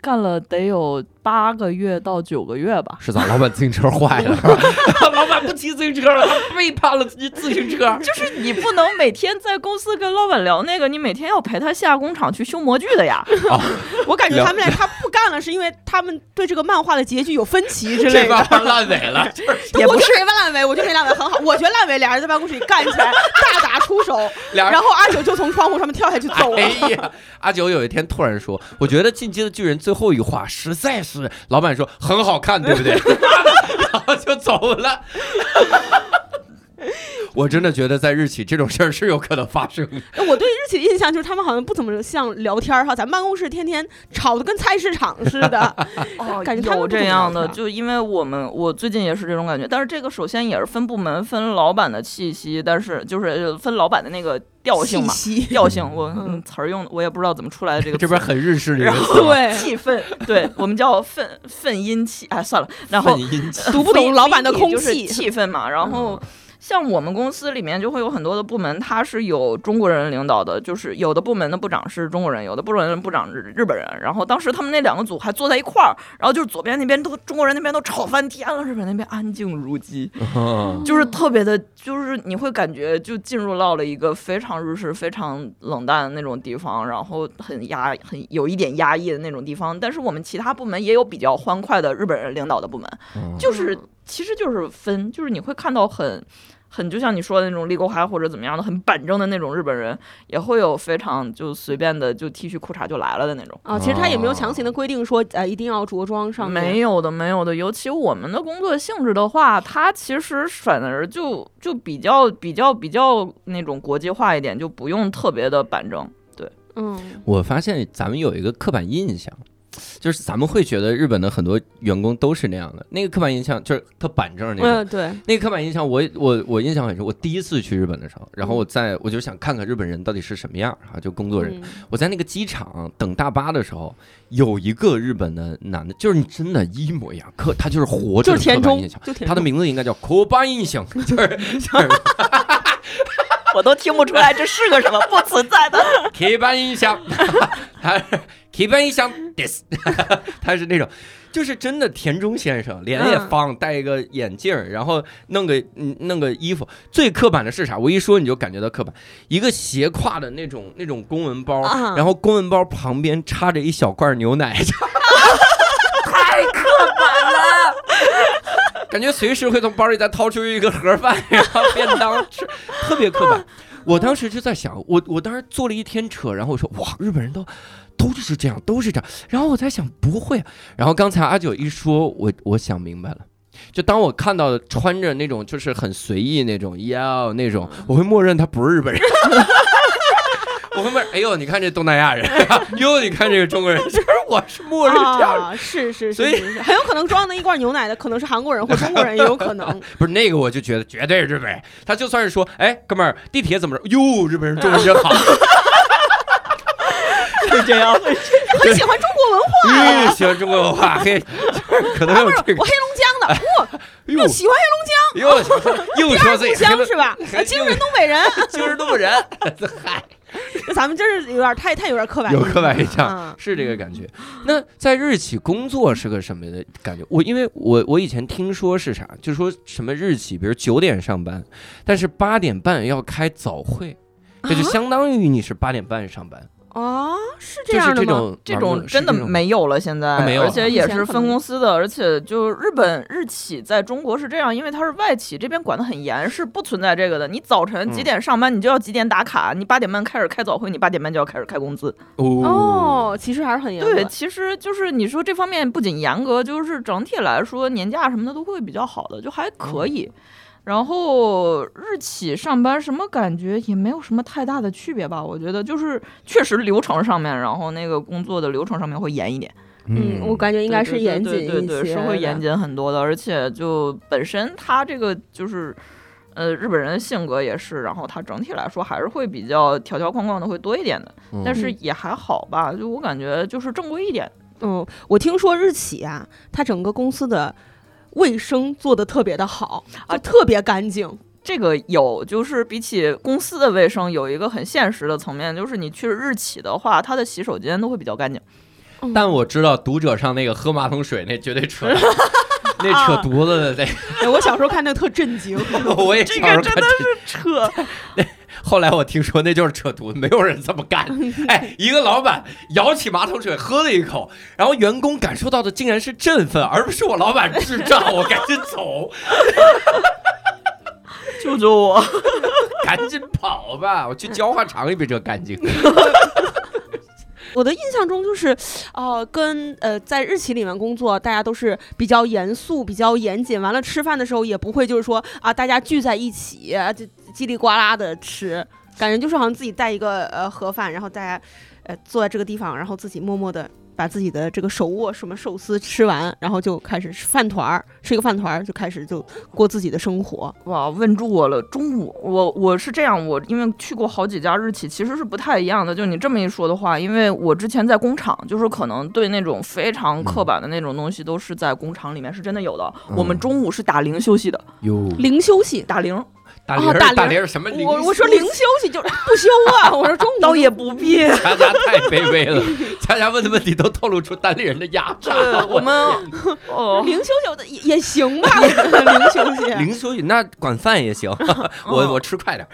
G: 干了得有八个月到九个月吧。
A: 是咋？老板自行车坏了， 老板不骑自行车了，他背叛了自自行车。
G: 就是你不能每天在公司跟老板聊那个，你每天要陪他下工厂去修模具的呀。
F: 我感觉他们俩他不干了，是因为他们对这个漫画的结局有分歧之类
A: 这
F: 的
A: 帮。人烂尾 了，
F: 我觉得谁烂尾，我觉得谁烂尾很好。我觉得烂尾俩人在办公室里干起 来，大打出手，
A: 俩人
F: 然。后阿九就从窗户上面跳下去走了。
A: 啊哎呀，阿九有一天突然说：“我觉得《进击的巨人》最后一话实在是……”老板说：“很好看，对不 对？”然后就走了。我真的觉得在日企这种事儿是有可能发生 的。
F: 我对日企的印象就是他们好像不怎么像聊天儿哈，咱办公室天天吵得跟菜市场似的。
G: 哦
F: 感觉他们
G: 有
F: 不怎
G: 这
F: 么
G: 样
F: 聊
G: 的，
F: 天
G: 就因为我们我最近也是这种感觉，但是这个首先也是分部门、分老板的气息，但是就是分老板的那个调性嘛，
F: 信息
G: 调性我、
F: 嗯
G: 嗯、词儿用的我也不知道怎么出来 的这个
A: 这边很日式的一个
G: 然
A: 词儿
F: 对，
G: 气氛，对我们叫愤愤阴气，哎算了，然后
A: 很阴 气。
F: 读不懂老板的空
G: 就是
F: 气。嗯
G: 气氛嘛。然后像我们公司里面就会有很多的部门，它是有中国人领导的，就是有的部门的部长是中国人，有的部门的部长是日本人。然后当时他们那两个组还坐在一块儿，然后就是左边那边都中国人那边都吵翻天了，日本那边安静如鸡，
A: 嗯
G: 就是特别的，就是你会感觉就进入到了一个非常日式、非常冷淡的那种地方，然后很压、很有一点压抑的那种地方。但是我们其他部门也有比较 欢快的日本人领导的部门。
A: 嗯
G: 就是
F: 嗯
G: 其实就是分，就是你会看到很很就像你说的那种立沟哈或者怎么样的很板正的那种日本人，也会有非常就随便的就 T 恤裤衩就来了的那种。
F: 啊，其实他也没有强行的规定说，呃，一定要着装上面
G: 没有的，没有的。尤其我们的工作性质的话，它其实反而就就比较比较比较那种国际化一点，就不用特别的板正。
F: 嗯，
A: 我发现咱们有一个刻板印象，就是咱们会觉得日本的很多员工都是那样的。那个刻板印象就是特板正那种。
F: 嗯，对，
A: 那个刻板印象我，我我印象很深。我第一次去日本的时候，然后我在我就想看看日本人到底是什么样啊，就工作人。
F: 嗯
A: 我在那个机场等大巴的时候，有一个日本的男的，就是你真的一模一样，刻他就是活着
F: 就
A: 的
F: 是田
A: 刻板
F: 中
A: 印象，。
F: 就田
A: 他的
F: 中
A: 名字应该叫 k o b a 印象， 就是就是
G: 我都听不出来这是个什么不存在的。
A: 铁板印象，他是铁板印象 this，他 是那种，就是真的田中先生，脸也方，戴一个眼镜儿，然后弄个嗯弄个衣服。最刻板的是啥？我一说你就感觉到刻板，一个斜挎的那种那种公文包，
F: 啊
A: 然后公文包旁边插着一小罐牛奶，太刻板了。感觉随时会从包里再掏出一个盒饭，然后便当吃，特别刻板。我当时就在想，我我当时坐了一天车，然后我说哇，日本人都都是这样，都是这样。然后我在想，不会啊。然后刚才阿九一说，我我想明白了。就当我看到穿着那种就是很随意那种哟那种，
G: 嗯
A: 我会默认他不是日本人。 我会默认，哎呦，你看这东南亚人， 哟，你看这个中国人，就是我是默认这样的。
F: 啊，是是
A: 所
F: 是
A: 以
F: 是， 是很有可能装的一罐牛奶的可能是韩国人或中国人，也有可 能。
A: 不是那个，我就觉得绝对是日本人。他就算是说，哎，哥们儿，地铁怎么着？哟，日本人中文真好，
G: 是这 样，
F: 很喜欢中国文化，
A: 嗯，喜欢中国文化，嘿，可能有这个
F: 我。黑龙江的，哇，
A: 哟
F: 喜欢黑
A: 又又说自己
F: 龙江故乡是吧？ 啊，精神东北人，
A: 精神动 人，嗨，
F: 咱们真是有点太太有点刻板
A: 有
F: 印象了，
A: 刻板印象。
F: 啊。
A: 是这个感觉。那在日企工作是个什么的感觉？我因为我我以前听说是啥，就说什么日企，比如九点上班，但是八点半要开早会，这就相当于你是八点半上班，
F: 啊，是这
A: 就
F: 样
A: 是
F: 的
A: 这
F: 吗？
A: 种
G: 这种
A: 是
G: 真的
A: 这种
G: 没有了，现在
A: 啊没有
G: 而
A: 了
G: 且也是
F: 以前可能
G: 分公司的，而且就日本日企在中国是这样，因为它是外企，这边管得很严，是不存在这个的。你早晨
A: 嗯
G: 几点上班，你就要几点打卡，你八点半开始开早会，你八点半就要开始开工资。
A: 哦
F: 哦，其实还是很严格
G: 对，其实就是你说这方面不仅严格，就是整体来说年假什么的都会比较好的，就还可以。
A: 嗯
G: 然后日企上班什么感觉也没有什么太大的区别吧，我觉得就是确实流程上面，然后那个工作的流程上面会严一点，
F: 嗯，我感觉应该是
G: 对对
F: 严
G: 对
F: 谨
G: 对
F: 一
G: 对对，
F: 些，
G: 是会严。谨很多的，而且就本身他这个就是。呃，日本人的性格也是，然后他整体来说还是会比较条条框框的会多一点的，
A: 嗯
G: 但是也还好吧，就我感觉就是正规一点。
F: 嗯，我听说日企啊，它整个公司的卫生做的特别的好，
G: 啊
F: 就特别干净。
G: 这个有，就是比起公司的卫生，有一个很现实的层面，就是你去日企的话，它的洗手间都会比较干净。
F: 嗯
A: 但我知道读者上那个喝马桶水那绝对扯 淡，那扯犊子的
F: 哎我小时候看那个特震惊，
A: 那，我也
G: 这
A: 小时候
G: 个真
A: 看
G: 的是 扯，
A: 后来我听说那就是扯犊子，没有人这么干。哎，一个老板舀起马桶水喝了一口，然后员工感受到的竟然是振奋，而不是我老板智障，我赶紧走，
G: 救救我！
A: 赶紧跑吧，我去焦化厂也比这干净。
F: 我的印象中就是，呃，跟呃在日企里面工作，大家都是比较严肃、比较严谨。完了吃饭的时候也不会就是说啊，大家聚在一起，啊就叽里呱啦的吃，感觉就是好像自己带一个呃盒饭，然后大家呃坐在这个地方，然后自己默默的。把自己的这个手握什么寿司吃完，然后就开始吃饭团儿，吃一个饭团儿就开始就过自己的生活。
G: 哇，问住我了。中午，我我是这样，我因为去过好几家日企，其实是不太一样的。就你这么一说的话，因为我之前在工厂，就是可能对那种非常刻板的那种东西，都是在工厂里面是真的有的。
A: 嗯
G: 我们中午是打铃休息的，
A: 哟，
F: 零休息，
G: 打铃
A: 大玲
F: 哦哦大
A: 儿，
F: 玲
A: 大玲儿什么玲？
F: 我我说零休息就是不休啊，我说中 午
G: 倒也不必。
A: 佳佳太卑微了，佳佳问的问题都透露出单立人的压榨。
G: 对，啊我们哦，
F: 零休息我的也也行 吧，零休息。
A: 零休息，那管饭也行， 我我吃快点儿。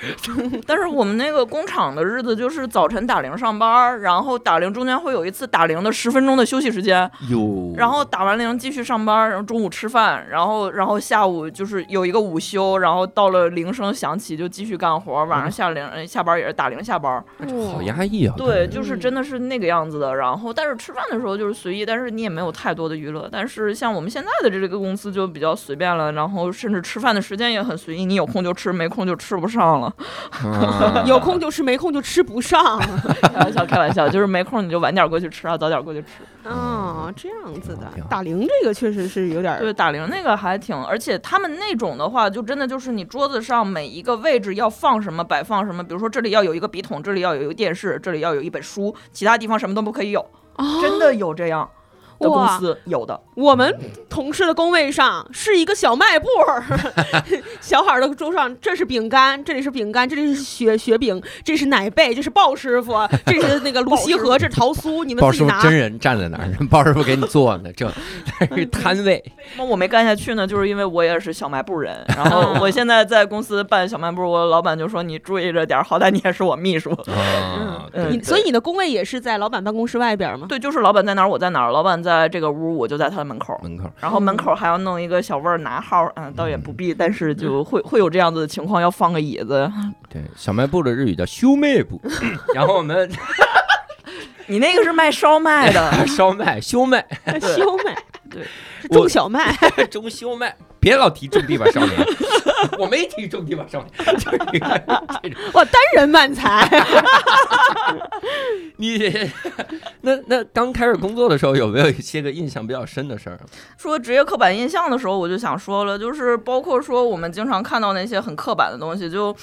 G: 但是我们那个工厂的日子就是早晨打铃上班儿，然后打铃中间会有一次打铃的十分钟的休息时间，
A: 哟
G: 然后打完铃继续上班儿，然后中午吃饭，然后然后下午就是有一个午休，然后到了铃声声响起就继续干活，晚上下铃、下班也是打铃下班。
F: 哦
A: 好压抑啊！
G: 对，
A: 感觉
G: 就是真的是那个样子的。然后，但是吃饭的时候就是随意，但是你也没有太多的娱乐。但是像我们现在的这个公司就比较随便了，然后甚至吃饭的时间也很随意，你有空就吃，没空就吃不上了。
A: 啊
F: 有空就吃，没空就吃不上。
G: 开玩笑，开玩笑，就是没空你就晚点过去吃啊，早点过去吃。
F: 啊，这样子的
A: 挺好
F: 打铃这个确实是有点儿
G: 对，打铃那个还挺，而且他们那种的话，就真的就是你桌子上每一个位置要放什么，摆放什么，比如说这里要有一个笔筒，这里要有一个电视，这里要有一本书，其他地方什么都不可以有，
F: 啊
G: 真的有这样的公
F: 哇
G: 司有的。
F: 我们同事的工位上是一个小卖部儿， 小孩儿的桌上，这是饼干，这里是饼干，这里是雪雪饼，这是奶贝，这是鲍师傅，这是那 个泸溪河，这是桃酥，你们
A: 鲍
F: 自己
A: 师傅
F: 拿。
A: 真人站在那儿，鲍师傅给你做呢，
G: 嗯
A: 这但是摊位
G: 那我没干下去呢，就是因为我也是小卖部人。然后我现在在公司办小卖部，我老板就说你注意着点儿，好歹你也是我秘书。
A: 啊，
G: 嗯
A: 对
F: 你所以你的工位也是在老板办公室外边儿吗？
G: 对，就是老板在哪儿，我在哪儿。老板在这个屋，我就在他的门口。
A: 门口
G: 然后门口还要弄一个小位儿拿号，嗯，倒也不必，但是就会会有这样子的情况，要放个椅子。
A: 对小卖部的日语叫修妹部， 然后我们
G: 你那个是卖烧麦的，
A: 烧麦修麦
F: 修麦，
G: 对，
F: 是
A: 我
F: 种小麦。
A: 中修麦，别老提种地吧少年， 我没提种地吧少年，就是这个这种
F: 哇，单人漫才，
A: 你 那那刚开始工作的时候有没有一些个印象比较深的事儿？
G: 说职业刻板印象的时候，我就想说了，就是包括说我们经常看到那些很刻板的东西，就。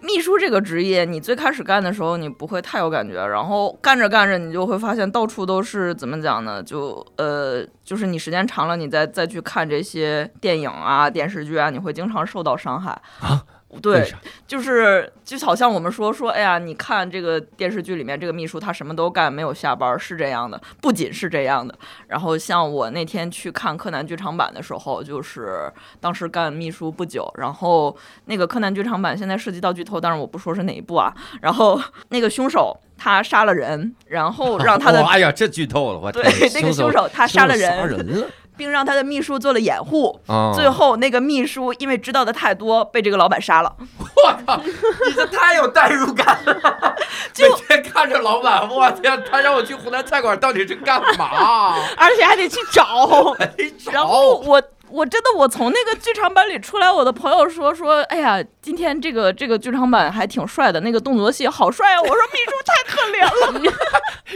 G: 秘书这个职业，你最开始干的时候你不会太有感觉，然后干着干着你就会发现到处都是怎么讲呢？就呃，就是你时间长了，你再再去看这些电影啊、电视剧啊，你会经常受到伤害
A: 啊。为
G: 对，
A: 啥
G: 就是就好像我们说说，哎呀，你看这个电视剧里面这个秘书他什么都干，没有下班，是这样的，不仅是这样的。然后像我那天去看柯南剧场版的时候，就是当时干秘书不久，然后那个柯南剧场版现在涉及到剧透，但是我不说是哪一部啊。然后那个凶手他杀了人，然后让他的
A: 哇哎呀，这剧透了，我
G: 对
A: 天
G: 那个凶手他杀了人
A: 杀人了
G: 并让他的秘书做了掩护。
A: 啊！
G: 最后，那个秘书因为知道的太多，被这个老板杀了。
A: 我靠，你 这太有代入 感了！每天看着老板，我天，他让我去湖南菜馆到底是干嘛？
F: 而且还得去找。
A: 没
G: 然后我我真的我从那个剧场版里出来，我的朋友说说，哎呀，今天这个这个剧场版还挺帅的，那个动作戏好帅啊！我说秘书太可怜了。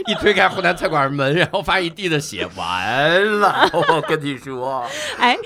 A: 一推开湖南菜馆门，然后发现一地的血，完 了！我跟你说，
F: 哎，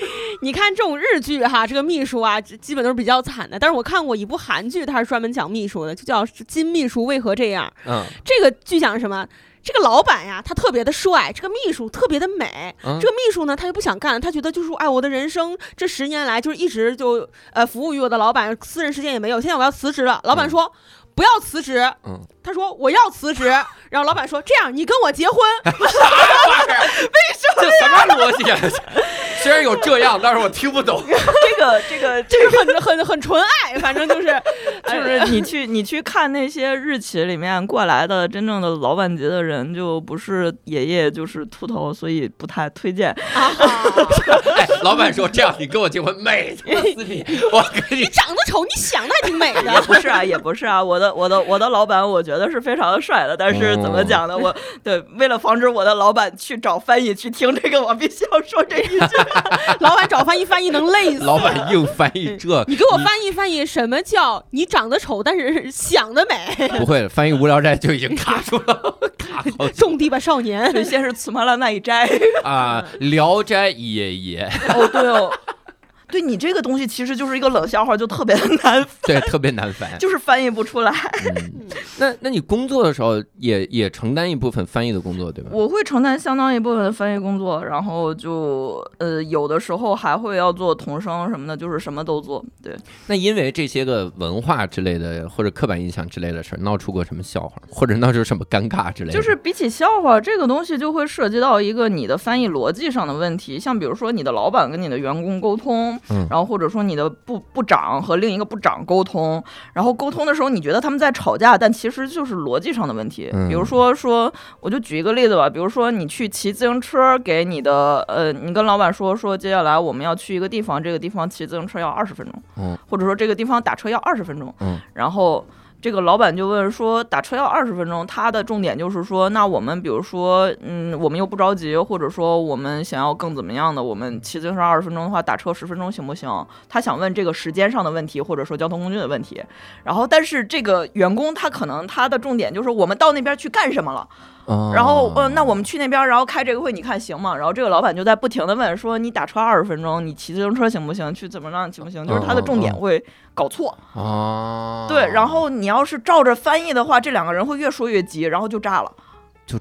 F: 你看这种日剧哈，这个秘书啊，基基本都是比较惨的。但是我看过一部韩剧，它是专门讲秘书的，就叫《金秘书为何这样》。
A: 嗯，
F: 这个剧讲什么？这个老板呀，他特别的帅；这个秘书特别的美。
A: 嗯
F: 这个秘书呢，他就不想干了，他觉得就是说哎，我的人生这十年来就是一直就呃服务于我的老板，私人时间也没有。现在我要辞职了，老板
A: 嗯
F: 说。不要辞职，
A: 嗯
F: 他说我要辞职，然后老板说这样你跟我结婚，
A: 这什么逻辑啊？ 虽然有这样，但是我听不懂。
G: 这个这个哎这
F: 这个很 很很纯爱，反正就是
G: 就是你去你去看那些日企里面过来的真正的老板级的人，就不是爷爷就是秃头，所以不太推荐。
F: 啊，
A: 哎，老板说这样，你跟我结婚，美他妈死你！我跟你
F: 你长得丑，你想的还挺 美
G: 也
F: 的。
G: 不是啊，也不是啊，我的我的我的老板，我觉得是非常帅的，但是怎么讲呢？我对为了防止我的老板去找翻译去听这个，我必须要说这一句。
F: 老板找翻译，翻译能累死。
A: 老板硬翻译这，
F: 你给我翻译翻译，什么叫你长得丑，但是想得美？
A: 不会了，翻译《无聊斋》就已经卡住 了，卡好久
F: 种地吧 少年。
G: 对，先是刺麻辣那一摘。
A: 啊，《聊斋爷爷
G: 哦，对哦。对你这个东西其实就是一个冷笑话，就特别的难，》
A: 对，特别难翻。
G: 就是翻译不出来。
A: 嗯，那那你工作的时候也也承担一部分翻译的工作，对吧？
G: 我会承担相当一部分的翻译工作，然后就呃，有的时候还会要做同声什么的，就是什么都做。对，
A: 那因为这些个文化之类的或者刻板印象之类的事儿，闹出过什么笑话，或者闹出什么尴尬之类的？
G: 就是比起笑话这个东西，就会涉及到一个你的翻译逻辑上的问题。像比如说你的老板跟你的员工沟通，
A: 嗯
G: 然后或者说你的部部长和另一个部长沟通，然后沟通的时候你觉得他们在吵架，但其实就是逻辑上的问题。
A: 嗯
G: 比如说说，我就举一个例子吧，比如说你去骑自行车，给你的呃，你跟老板说说，接下来我们要去一个地方，这个地方骑自行车要二十分钟，
A: 嗯
G: 或者说这个地方打车要二十分钟，
A: 嗯
G: 然后。这个老板就问说，打车要二十分钟，他的重点就是说，那我们比如说，嗯，我们又不着急，或者说我们想要更怎么样的，我们骑自行车二十分钟的话，打车十分钟行不行？他想问这个时间上的问题，或者说交通工具的问题。然后，但是这个员工他可能他的重点就是我们到那边去干什么了，
A: 哦
G: 然后，嗯、那我们去那边，然后开这个会，你看行吗？然后这个老板就在不停的问说，你打车二十分钟，你骑自行车行不行？去怎么样行不行？就是他的重点
A: 嗯嗯
G: 会搞错。
A: 哦，
G: 对，然后你要是照着翻译的话，这两个人会越说越急，然后就炸了。
F: 嗯，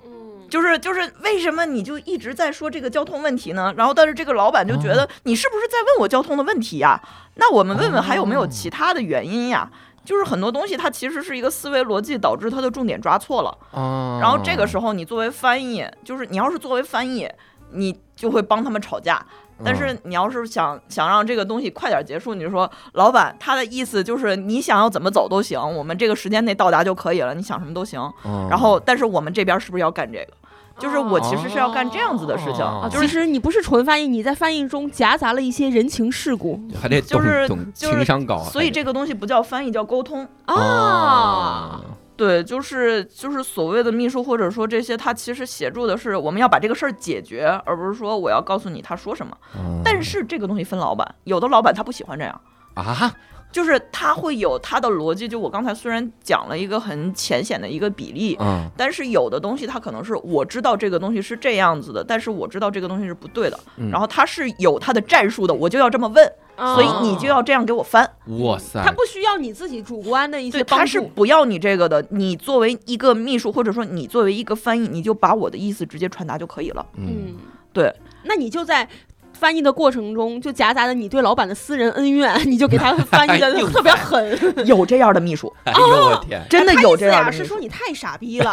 G: 就是就是，为什么你就一直在说这个交通问题呢？然后，但是这个老板就觉
A: 哦
G: 得你是不是在问我交通的问题呀？那我们问问还有没有
A: 哦
G: 其他的原因呀？就是很多东西它其实是一个思维逻辑导致它的重点抓错了。
A: 哦，
G: 然后这个时候，你作为翻译，就是你要是作为翻译，你就会帮他们吵架。
A: 嗯
G: 但是你要是想想让这个东西快点结束，你就说老板他的意思就是你想要怎么走都行，我们这个时间内到达就可以了，你想什么都行。
A: 嗯，
G: 然后，但是我们这边是不是要干这个？就是我其实是要干这样子的事情，
A: 哦
G: 就
F: 其
G: 是
F: 实你不是纯翻译，你在翻译中夹杂了一些人情世故
A: 还得懂
G: 就是
A: 懂
G: 就是
A: 情商高，
G: 啊
A: 啊
G: 所以这个东西不叫翻译，叫沟通。
F: 啊。
A: 哦
G: 对，就是就是所谓的秘书或者说这些，他其实协助的是我们要把这个事儿解决，而不是说我要告诉你他说什么。
A: 嗯
G: 但是这个东西分老板，有的老板他不喜欢这样，
A: 啊，
G: 就是他会有他的逻辑。就我刚才虽然讲了一个很浅显的一个比例，
A: 嗯
G: 但是有的东西他可能是我知道这个东西是这样子的，但是我知道这个东西是不对的，
A: 嗯
G: 然后他是有他的战术的，我就要这么问，
A: 哦
G: 所以你就要这样给我翻。
A: 哇塞，
F: 哦他不需要你自己主观的一些
G: 对，
F: 帮助，
G: 他是不要你这个的。你作为一个秘书，或者说你作为一个翻译，你就把我的意思直接传达就可以 了。
A: 嗯
F: 嗯，
G: 对，
F: 那你就在。翻译的过程中，就夹杂着你对老板的私人恩怨，你就 给他翻译的
A: 又
F: 特别狠。
G: 有这样的秘书，
A: 哎呦我天，
G: 真的
F: 他
G: 有
F: 意思
G: 这样
F: 呀，
G: 的
F: 是
G: 秘书。
F: 说你太傻 逼了。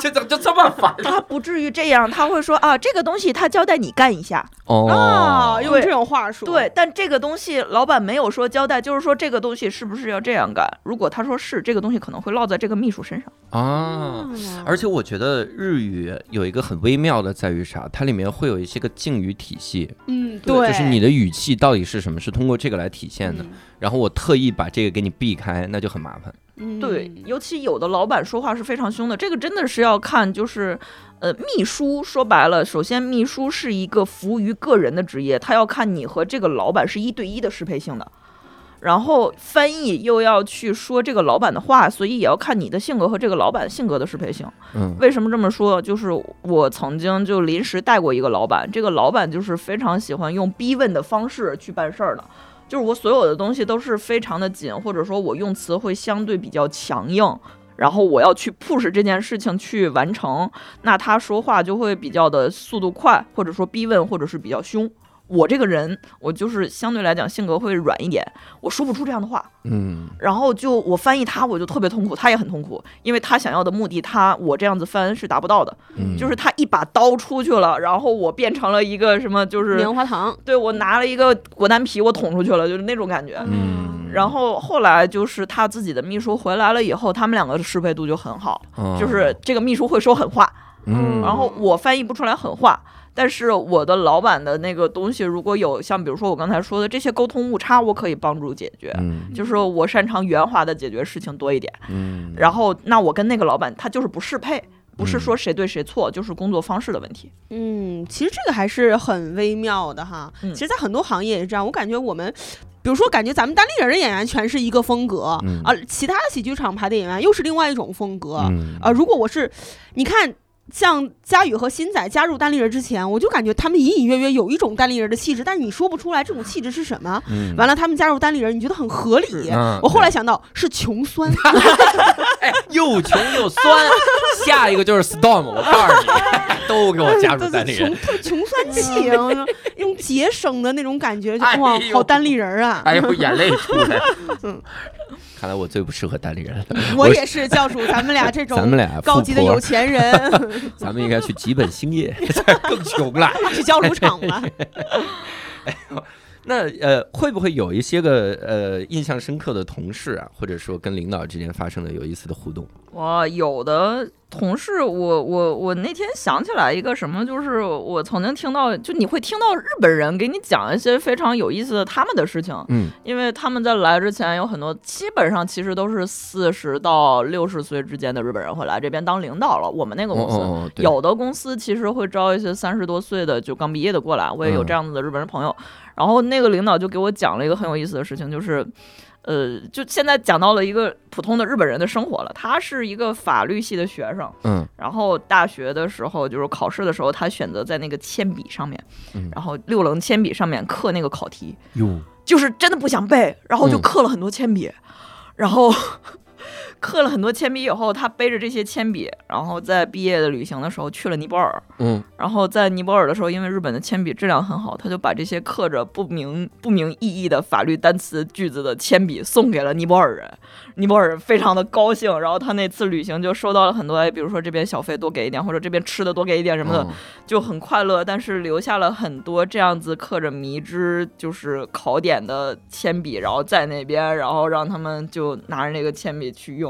A: 这怎么就这么反
G: 啊他不至于这样，他会说啊，这个东西他交代你干一下。
A: 哦
F: 啊，用
G: 对
F: 这种话术，
G: 对，，但这个东西老板没有说交代，就是说这个东西是不是要这样干？如果他说是，这个东西可能会落在这个秘书身上。
F: 嗯
A: 啊！而且我觉得日语有一个很微妙的在于啥，它里面会有一些个敬语体系，
F: 嗯，对，
A: 就是你的语气到底是什么，是通过这个来体现的。
F: 嗯
A: 然后我特意把这个给你避开，那就很麻烦。
F: 嗯，
G: 对，尤其有的老板说话是非常凶的，这个真的是要看，就是，呃，秘书说白了，首先秘书是一个服务于个人的职业，他要看你和这个老板是一对一的适配性的，然后翻译又要去说这个老板的话，所以也要看你的性格和这个老板性格的适配性。
A: 嗯
G: 为什么这么说？就是我曾经就临时带过一个老板，这个老板就是非常喜欢用逼问的方式去办事儿的，就是我所有的东西都是非常的紧，或者说我用词会相对比较强硬。然后我要去 push 这件事情去完成，那他说话就会比较的速度快，或者说逼问，或者是比较凶。我这个人，我就是相对来讲性格会软一点，我说不出这样的话，
A: 嗯
G: 然后就我翻译他，我就特别痛苦，他也很痛苦，因为他想要的目的，他我这样子翻是达不到的，
A: 嗯，
G: 就是他一把刀出去了，然后我变成了一个什么，就是
F: 棉花糖，
G: 对我拿了一个果丹皮，我捅出去了，就是那种感觉。
A: 嗯，
G: 然后后来就是他自己的秘书回来了以后，他们两个的适配度就很好，
A: 嗯
G: 就是这个秘书会说狠话，
A: 嗯，
G: 然后我翻译不出来狠话，但是我的老板的那个东西，如果有像比如说我刚才说的这些沟通误差，我可以帮助解决。
A: 嗯
G: 就是我擅长圆滑的解决事情多一点，
A: 嗯，
G: 然后那我跟那个老板他就是不适配，不是
A: 嗯
G: 说谁对谁错，就是工作方式的问题。
F: 嗯，其实这个还是很微妙的哈。
G: 嗯
F: 其实，在很多行业也是这样，我感觉我们。比如说，感觉咱们单立人的演员全是一个风格、
A: 嗯
F: 啊，其他的喜剧厂牌的演员又是另外一种风格、
A: 嗯
F: 啊。如果我是，你看像佳宇和新仔加入单立人之前，我就感觉他们隐隐约约有一种单立人的气质，但是你说不出来这种气质是什么。
A: 嗯
F: 完了，他们加入单立人，你觉得很合理。
A: 嗯
F: 我后来想到是穷酸，
A: 哎， 又穷又酸，下一个就是 storm，我告诉你，都给我加入单立
F: 穷
A: 人。
F: 特别穷酸气，然后就用节省的那种感觉，就
A: 哎
F: 哇，
A: 呦
F: 好单立人儿啊！
A: 哎呦，眼泪出来
F: 嗯。
A: 看来我最不适合单立人了。
F: 我也是教主，咱们俩这
A: 咱们
F: 种
A: 俩
F: 高级的
A: 富婆
F: 有，钱人
A: 咱们应该去 吉本兴业，更穷了。
F: 去教主场吧。
A: 那呃，会不会有一些个呃印象深刻的同事啊，或者说跟领导之间发生的有意思的互动？
G: 哇，有的同事，我我我那天想起来一个什么，就是我曾经听到，就你会听到日本人给你讲一些非常有意思的他们的事情，
A: 嗯，
G: 因为他们在来之前有很多，基本上其实都是四十到六十岁之间的日本人会来这边当领导了。我们那个
A: 哦
G: 公司，
A: 哦哦，对，
G: 有的公司其实会招一些三十多岁的就刚毕业的过来，我也有
A: 嗯
G: 这样子的日本人朋友。然后那个领导就给我讲了一个很有意思的事情，就是，呃，就现在讲到了一个普通的日本人的生活了。他是一个法律系的学生，
A: 嗯，
G: 然后大学的时候就是考试的时候，他选择在那个铅笔上面
A: 嗯，
G: 然后六棱铅笔上面刻那个考题，
A: 哟，
G: 就是真的不想背，然后就
A: 嗯
G: 刻了很多铅笔，然后 刻了很多铅笔以后，他背着这些铅笔，然后在毕业的旅行的时候去了尼泊尔，
A: 嗯，
G: 然后在尼泊尔的时候，因为日本的铅笔质量很好，他就把这些刻着不明不明意义的法律单词句子的铅笔送给了尼泊尔人，尼泊尔人非常的高兴，然后他那次旅行就收到了很多，哎，比如说这边小费多给一点，或者这边吃的多给一点什么的，
A: 哦
G: 就很快乐，但是留下了很多这样子刻着迷之就是考点的铅笔，然后在那边，然后让他们就拿着那个铅笔去用。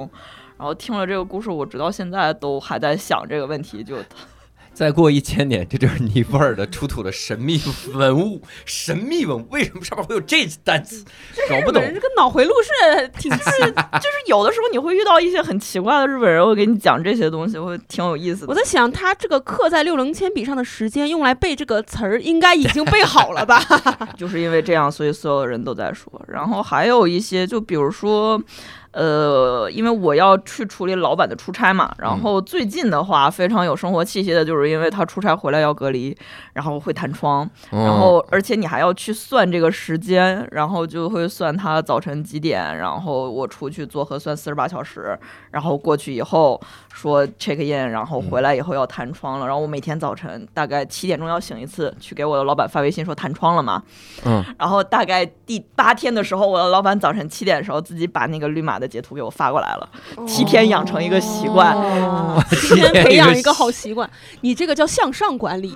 G: 然后听了这个故事，我直到现在都还在想这个问题，就
A: 再过一千年，这就是尼泊尔的出土的神秘文物，神秘文物为什么上面会有这单词？搞不
F: 日
A: 懂
F: 本。人这个脑回路是挺
G: 就是有的时候你会遇到一些很奇怪的日本人，会给你讲这些东西，会挺有意思
F: 我
G: 的。
F: 在想，他这个刻在六棱铅笔上的时间，用来背这个词儿，应该已经背好了吧？
G: 就是因为这样，所以所有人都在说。然后还有一些，就比如说，呃，因为我要去处理老板的出差嘛，然后最近的话非常有生活气息的，就是因为他出差回来要隔离，然后会弹窗，
A: 哦
G: 然
A: 嗯
G: 后而且你还要去算这个时间，然后就会算他早晨几点，然后我出去做核酸四十八小时，然后过去以后说 check in，然后回来以后要弹窗了，然后我每天早晨大概七点钟要醒一次，去给我的老板发微信说弹窗了嘛，
A: 嗯，
G: 然后大概第八天的时候，我的老板早晨七点的时候自己把那个绿码的截图给我发过来了，提前养成一个习惯
F: 哦提
A: 提
F: 前
A: 前
F: 哦培养
A: 一
F: 一
A: 个
F: 个好习惯，你这个叫向上管 理，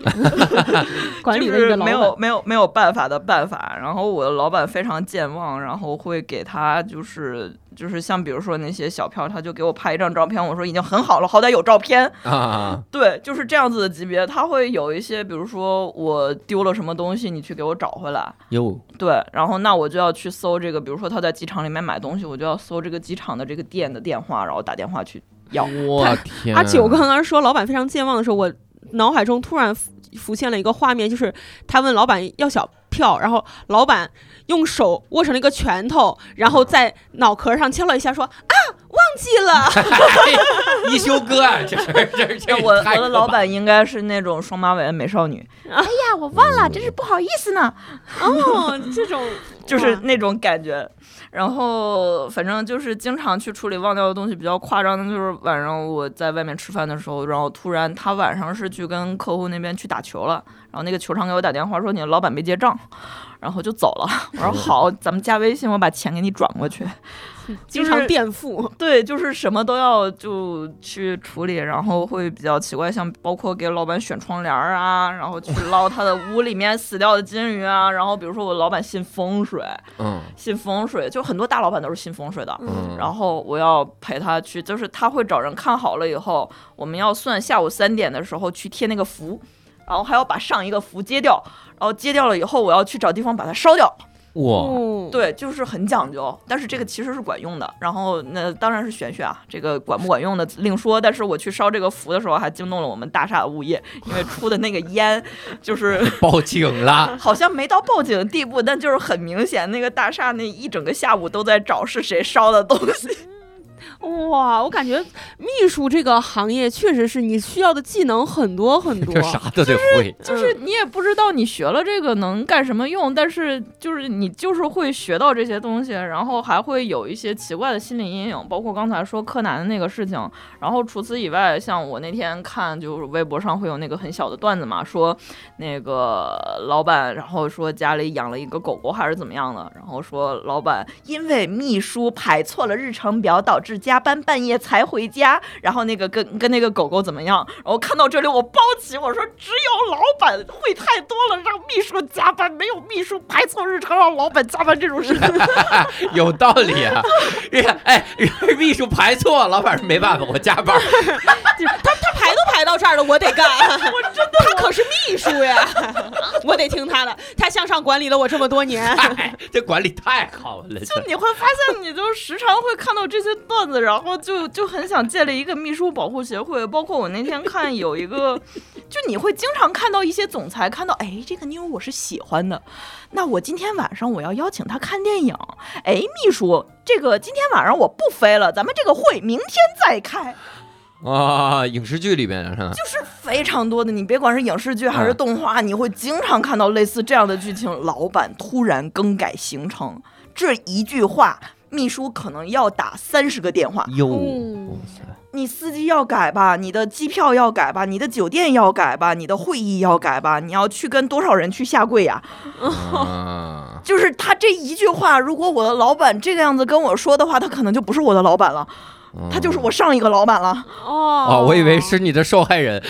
F: 管理
G: 就
F: 了你
G: 是
F: 的老
G: 没
F: 板。
G: 有没有没有办法的办法。然后我的老板非常健忘，然后会给他就是就是像比如说那些小票，他就给我拍一张照片，我说已经很好了，好歹有照片。
A: 啊，
G: 对，就是这样子的级别，他会有一些，比如说我丢了什么东西，你去给我找回来。
A: 哟，
G: 对，然后那我就要去搜这个，比如说他在机场里面买东西，我就要搜这个机场的这个店的电话，然后打电话去要。
A: 我天
F: 阿啊九刚刚说老板非常健忘的时候，我脑海中突然浮浮现了一个画面，就是他问老板要小票，然后老板用手握成了一个拳头，然后在脑壳上敲了一下，说啊忘记 了。
A: 一休哥啊，这是这是这
G: 我我的老板应该是那种双马尾美少女。哎呀，我忘了，真是不好意思呢。
F: 哦，这种
G: 就是
F: 哇
G: 那种感觉。然后反正就是经常去处理忘掉的东西，比较夸张的就是晚上我在外面吃饭的时候，然后突然他晚上是去跟客户那边去打球了，然后那个球场给我打电话说你的老板没结账，然后就走 了。我说好，咱们加微信，我把钱给你转过去。
F: 经常垫付。
G: 对，就是什么都要就去处理，然后会比较奇怪，像包括给老板选窗帘儿啊，然后去捞他的屋里面死掉的金鱼啊，然后比如说我老板信风水。
A: 嗯
G: 信风水，就很多大老板都是信风水的。
A: 嗯，
G: 然后我要陪他去，就是他会找人看好了以后，我们要算下午三点的时候去贴那个符，然后还要把上一个符揭掉，然后揭掉了以后，我要去找地方把它烧掉。
A: 哇，
F: 哦，
G: 对，就是很讲究，但是这个其实是管用的。然后那当然是玄学啊，这个管不管用的另说。但是我去烧这个符的时候，还惊动了我们大厦物业，因为出的那个烟 就是。
A: 报警了，
G: 好像没到报警的地步，但就是很明显，那个大厦那一整个下午都在找是谁烧的东西。
F: 哇，我感觉秘书这个行业确实是你需要的技能很多很多
A: 这，啥都得 会，
G: 就是你也不知道你学了这个能干什么用，但是就是你就是会学到这些东西，然后还会有一些奇怪的心理阴影，包括刚才说柯南的那个事情。然后除此以外，像我那天看就是微博上会有那个很小的段子嘛，说那个老板，然后说家里养了一个狗狗还是怎么样的，然后说老板因为秘书排错了日程表，导致加班半夜才回家。家，然后那个跟跟那个狗狗怎么样？然后看到这里我抱起，我说只有老板会太多了，让秘书加班，没有秘书排错日程让老板加班这种事情。
A: 有道理啊！ 哎， 秘书排错，老板说没办法，我加 班。
F: 就是 他他排都排到这儿了，我得干， 我真的，他可是秘书呀， 我得听他的，他向上管理了我这么多年。
A: 哎，这管理太好了，
G: 就你会发现，你就时常会看到这些段子，然后就就很想建立一个秘书保护协会。包括我那天看有一个， 就你会经常看到一些总裁看到，哎，这个妞我是喜欢的，那我今天晚上我要邀请她看电影。哎，秘书，这个今天晚上我不飞了，咱们这个会明天再开。
A: 啊，影视剧里边是吧？
G: 就是非常多的，你别管是影视剧还是动画，你会经常看到类似这样的剧情：老板突然更改行程，这一句话，秘书可能要打三十个电话。
A: 哟，
F: 嗯
A: 哇塞
G: 你司机要改吧，你的机票要改吧，你的酒店要改吧，你的会议要改吧，你要去跟多少人去下跪呀、
A: 啊！
G: 就是他这一句话，如果我的老板这个样子跟我说的话，他可能就不是我的老板了，他就是我上一个老板了。
F: 哦
A: 嗯哦，我以为是你的受害 人。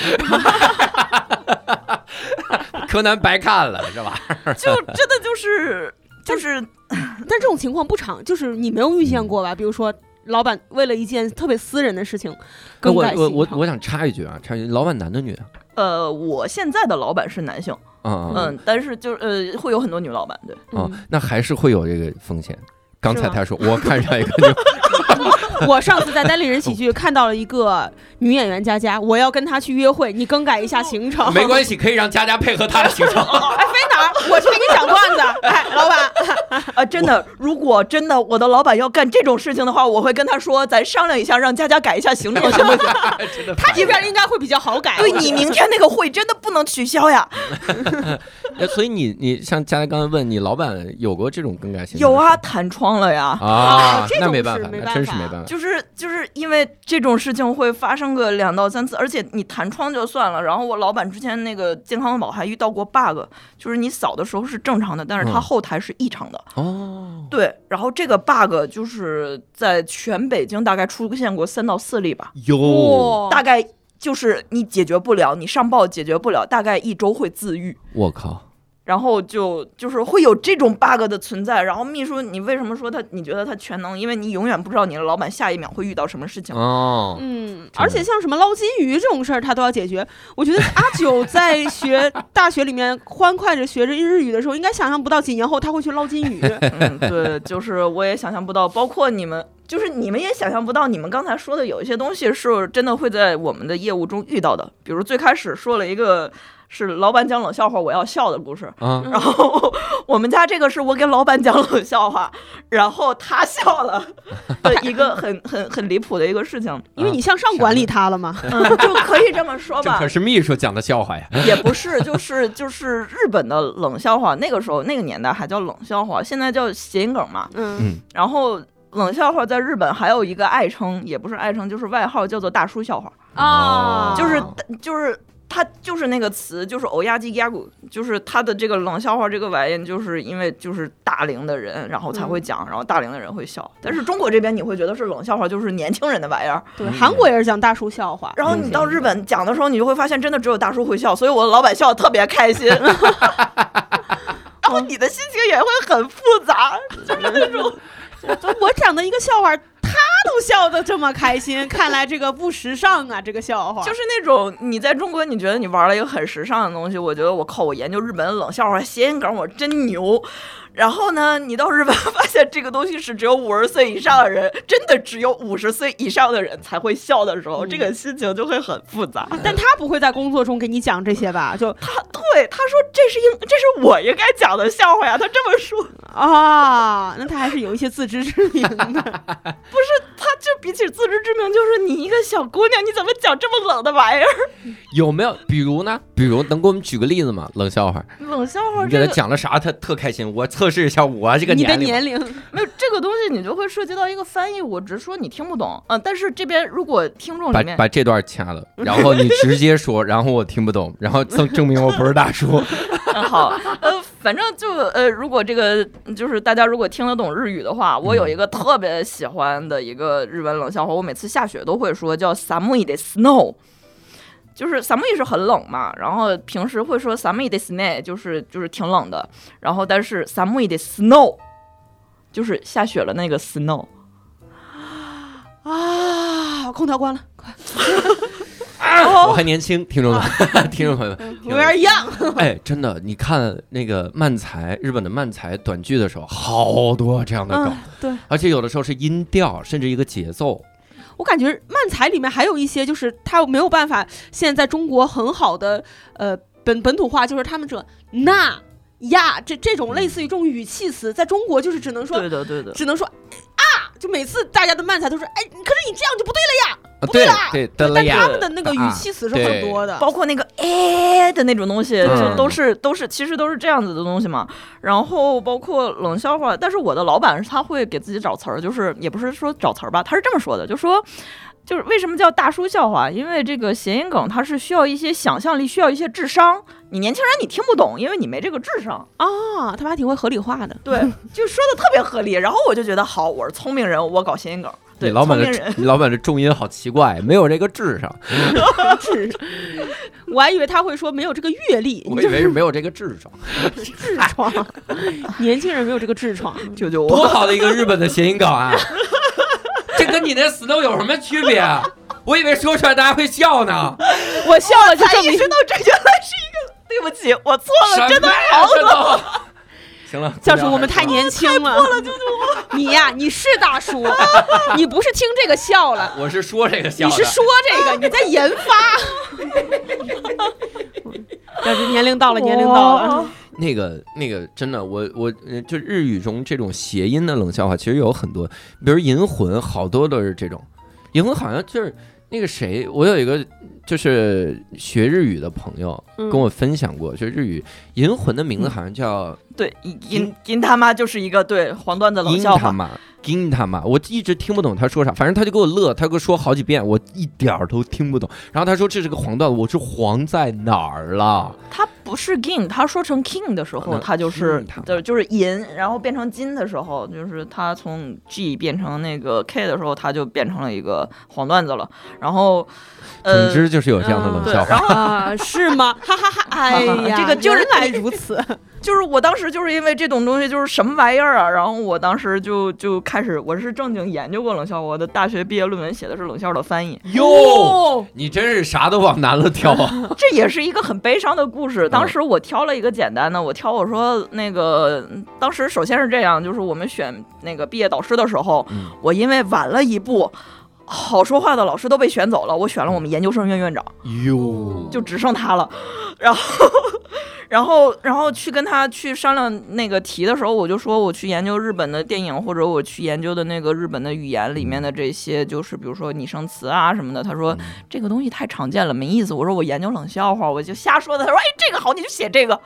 A: 柯南白看了是吧？
G: 就真的就是就是
F: 但这种情况不常，就是你没有遇见过吧？比如说，老板为了一件特别私人的事情更
A: 哎我
F: 改
A: 我
F: 行
A: 我
F: 程
A: 我想插一句啊，插一句，老板男的女的？
G: 呃，我现在的老板是男性，
A: 嗯嗯
G: 嗯，但是就是呃，会有很多女老板， 对，
A: 哦
F: 嗯，
A: 那还是会有这个风险。刚才
F: 吗
A: 他说我看上一个就
F: 我上次在单立人喜剧看到了一个女演员佳佳，我要跟她去约会，你更改一下行 程。
A: 没关系，可以让佳佳配合他的行程。
F: 哎，飞哪儿？我去给你讲段子。哎，老板，
G: 啊，真的，如果真的我的老板要干这种事情的话，我会跟他说，咱商量一下，让佳佳改一下行程，行不行？
A: 真的
F: 他这边应该会比较好改。
G: 对你明天那个会真的不能取消呀。
A: 哎，所以你你像佳佳刚才问你，老板有过这种更改行程
G: 有
A: 吗？
G: 啊，弹窗了呀。
A: 啊
F: 啊，这
A: 那
F: 种
A: 没
F: 是
A: 办法，
F: 没
A: 那
F: 办
A: 真是
F: 法
A: 没办法。
G: 就是就是因为这种事情会发生个两到三次，而且你弹窗就算了，然后我老板之前那个健康宝还遇到过 bug，就是你扫的时候是正常的，但是它
A: 嗯
G: 后台是异常的。
A: 哦，
G: 对，然后这个 bug 就是在全北京大概出现过三到四例吧，
A: 哟，
F: 哦
G: 大概就是你解决不了，你上报解决不了，大概一周会自愈。
A: 我靠，
G: 然后就就是会有这种 bug 的存在，然后秘书，你为什么说他？你觉得他全能？因为你永远不知道你的老板下一秒会遇到什么事情。
A: 哦，
F: 嗯，
A: 的
F: 而且像什么捞金鱼这种事儿，他都要解决。我觉得阿九在学大学里面欢快着学着日语的时候，应该想象不到几年后他会去捞金鱼。
G: 嗯，对，就是我也想象不到，包括你们，就是你们也想象不到，你们刚才说的有一些东西是真的会在我们的业务中遇到的。比如最开始说了一个是老板讲冷笑话，我要笑的故事。
F: 嗯
A: 啊，
G: 然后我们家这个是我给老板讲冷笑话，然后他笑 了的一个很很很离谱的一个事情，
F: 因为你向上管理他了嘛。
G: 嗯，就可以这么 说
A: 这
G: 吧
A: 可。是秘书讲的笑话呀。
G: 也不是，就是就是日本的冷笑话，那个时候那个年代还叫冷笑话，现在叫谐音梗嘛。
F: 嗯
G: 然后冷笑话在日本还有一个爱称，也不是爱称，就是外号，叫做大叔笑话，
F: 嗯
A: 啊
G: 就是
A: 哦
G: 就是。它就是那个词，就是欧亚基亚古，就是它的这个冷笑话这个玩意，就是因为就是大龄的人，然后才会讲，然后大龄的人会笑。但是中国这边你会觉得是冷笑话，就是年轻人的玩意儿。
F: 对，呃韩国也是讲大叔笑话。
G: 然后你到日本讲的时候，你就会发现真的只有大叔会笑，所以我的老板笑得特别开心。然后你的心情也会很复杂，
F: 我讲的一个笑话，他都笑得这么开心， 看来这个不时尚啊，这个笑话
G: 就是那种你在中国，你觉得你玩了一个很时尚的东西，我觉得我靠，我研究日本的冷笑话、谐音梗，我真牛。然后呢，你到日本发现这个东西是只有五十岁以上的人，真的只有五十岁以上的人才会笑的时候，
F: 嗯
G: 这个心情就会很复杂。
F: 啊但他不会在工作中给你讲这些吧？就
G: 对，他说这是应，这是我应该讲的笑话呀，他这么说。
F: 啊，那他还是有一些自知之明的。
G: 他就比起自知之明，就是你一个小姑娘，你怎么讲这么冷的玩意儿？
A: 有没有？比如呢？比如能给我们举个例子吗？冷笑话，
G: 冷笑话
A: 你给
G: 这
A: 他
G: 个
A: 讲了啥？他特开心。我测试一下我这个
F: 你的
A: 年龄吧。
F: 年龄，
G: 没有这个东西，你就会涉及到一个翻译，我直说你听不懂。嗯、但是这边如果听众
A: 把
G: 里面，
A: 把这段掐了，然 后你直接说，然后我听不懂，然后证证明我不是大叔。
G: 嗯、好，呃，反正就呃，如果这个呃就是大家如果听得懂日语的话，我有一个特别喜欢的一个日文冷笑话，我每次下雪都会说叫 “samui de snow”，就是 “samui” 是很冷嘛，然后平时会说 “samui de snow”，就是就是挺冷的，然后但是 “samui de snow” 就是下雪了那个 “snow”。
F: 啊，空调关了，快，
G: 哦
A: 我还年轻，听众们，听众朋友们，
F: 嗯有点痒。
A: 哎，真的，你看那个漫才，日本的漫才短剧的时候，好多这样的梗，
F: 嗯，对
A: 而且有的时候是音调，甚至一个节奏。
F: 我感觉漫才里面还有一些，就是他没有办法现在在中国很好的呃本本土化，就是他们这那呀这这种类似于这种语气词，在中国就是只能说
G: 对的，对的，
F: 只能说啊，就每次大家的漫才都是哎，可是你这样就不对
A: 啊，
F: 不
A: 对
F: 啦
A: 对，得了
F: 但
A: 呀啊
F: 他，们的那个语气词是很多的。
G: 包括那个哎的那种东西，
A: 嗯
G: 就都是都是其实都是这样子的东西嘛。然后包括冷笑话，但是我的老板他会给自己找词儿，就是也不是说找词儿吧，他是这么说的，就说。就是为什么叫大叔笑话？因为这个谐音梗它是需要一些想象力，需要一些智商。你年轻人你听不懂，因为你没这个智商。
F: 啊，他们还挺会合理化的。
G: 对， 就说的特别合理。然后我就觉得好，我是聪明人，我搞谐音梗。
A: 你
G: 对，
A: 老板
G: 聪
A: 的
G: 明人
A: 你老板的重音好奇怪，没有这个智 商，
F: 我还以为他会说没有这个阅历，
A: 嗯我以为是没有这个智商。
F: 痔 疮， 年轻人没有这个痔疮。
G: 救救我！
A: 多好的一个日本的谐音梗 啊！这跟你那 snow 有什么区别？啊我以为说出来大家会笑呢。
F: 我笑了就
G: 才
F: 证
G: 意
F: 明
G: 识到这原来是一个，对不起，我错了，真的好
A: 什么呀？ 行了，
F: 哦教主，我们太年轻了， 你呀、你是大 叔，你不是听这个笑了，
A: 我是说这个笑
F: 你
A: 的。
F: 是说这 个，你在研发。 教主，年龄到了，年龄到了，
A: 那个那个，真的，我我呃就日语中这种谐音的冷笑话，其实有很多，比如《银魂》，好多都是这种。《银魂》好像就是那个谁，我有一个就是学日语的朋友
F: 嗯
A: 跟我分享过，就是日语《银魂》的
G: 嗯
A: 名字好像叫。
G: 对，银银银他妈就是一个对黄段 子冷
A: 阴
G: 笑
A: 他
G: 话，
A: 妈，阴他妈！我一直听不懂他说啥，反正他就给我乐，他给我说好几遍，我一点儿都听不懂。然后他说这是个黄段子，我说黄在哪儿了？
G: 他不是 king，他说成 king 的时
A: 那
G: 候，他就是
A: 嗯他妈
G: 对，就是银，然后变成金的时候，就是他从 g 变成那个 k 的时候，他就变成了一个黄段子了。然后，呃，
A: 总之就是有这样的冷
G: 对，
A: 笑
G: 然
A: 话。
G: 后
F: 啊，是 吗？哈哈哈！哎呀，
G: 这个就是
F: 原来如此，
G: 就是我当时就是因为这种东西就是什么玩意儿啊，然后我当时就就开始我是正经研究过冷笑话，我的大学毕业论文写的是冷笑话的翻译，哦
A: 哟，你真是啥都往难了挑 啊！
G: 这也是一个很悲伤的故事。当时我挑了一个简单的，我挑我说那个，当时首先是这样，就是我们选那个毕业导师的时候，
A: 嗯
G: 我因为晚了一步。好说话的老师都被选走了，我选了我们研究生院院长，
A: 哟，
G: 就只剩他了。然后， 然后，然后去跟他去商量那个题的时候，我就说我去研究日本的电影，或者我去研究的那个日本的语言里面的这些，就是比如说拟声词啊什么的。他说这个东西太常见了，没意思。我说我研究冷笑话，我就瞎说的。他说哎，这个好，你就写这个。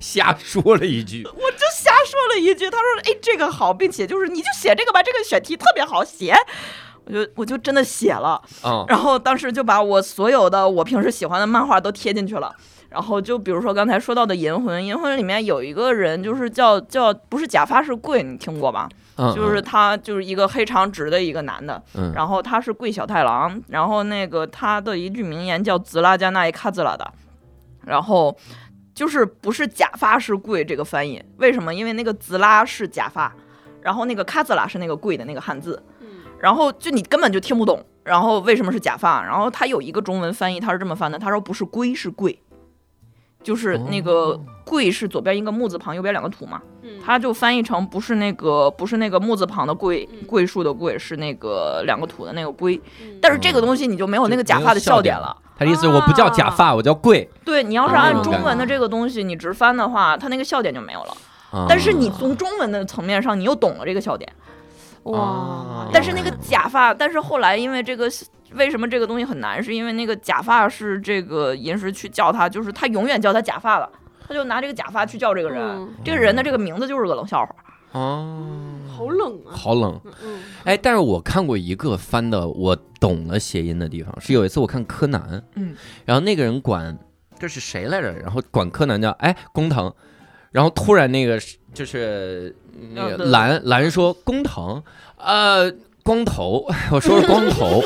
A: 瞎说了一句，
G: 我就瞎说了一句，他说哎，这个好，并且就是你就写这个吧，这个选题特别好写。我就我就真的写了，
A: 嗯，
G: 然后当时就把我所有的我平时喜欢的漫画都贴进去了。然后就比如说刚才说到的《银魂》，《银魂》里面有一个人就是叫叫不是假发是贵，你听过吧？
A: 嗯
G: 就是他就是一个黑长直的一个男的，
A: 嗯
G: 然后他是贵小太郎，然后那个他的一句名言叫“兹拉加那一卡兹拉的”，然后就是不是假发是贵这个翻译，为什么？因为那个兹拉是假发，然后那个卡兹拉是那个贵的那个汉字，
F: 嗯
G: 然后就你根本就听不懂，然后为什么是假发？然后他有一个中文翻译，他是这么翻的，他说不是龟是贵，就是那个
A: 哦
G: 贵是左边一个木字旁，右边两个土嘛。
F: 嗯
G: 它就翻译成不是那个不是那个木字旁的桂
F: 嗯
G: 桂树的桂，是那个两个土的那个龟。但是这个东西你就没有那个
A: 就
G: 假
A: 没有
G: 发的
A: 笑
G: 笑点
A: 点
G: 了。
A: 他的意思是我不叫假
G: 啊
A: 发，我叫贵。
G: 对，你要是
A: 啊
G: 按
A: 那种
G: 中
A: 感
G: 文
F: 觉
G: 的这个东西你直翻的话，它那个笑点就没有了。
A: 嗯
G: 但是你从中文的层面上，你又懂了这个笑点。
F: 哇
A: 啊！
G: 但是那个假发，但是后来因为这个。为什么这个东西很难？是因为那个假发是这个银石去叫他，就是他永远叫他假发了，他就拿这个假发去叫这个人。
F: 嗯
G: 这个人的这个名字就是个冷笑话。
A: 哦，
F: 好冷啊，
A: 好冷。
F: 嗯，
A: 哎，但是我看过一个翻的，我懂了谐音的地方是有一次我看柯南，
G: 嗯，
A: 然后那个人管这是谁来着？然后管柯南叫哎工藤，然后突然那个是就是那
G: 啊
A: 个
G: 对
A: 蓝蓝说工藤，呃光头，我说是光头。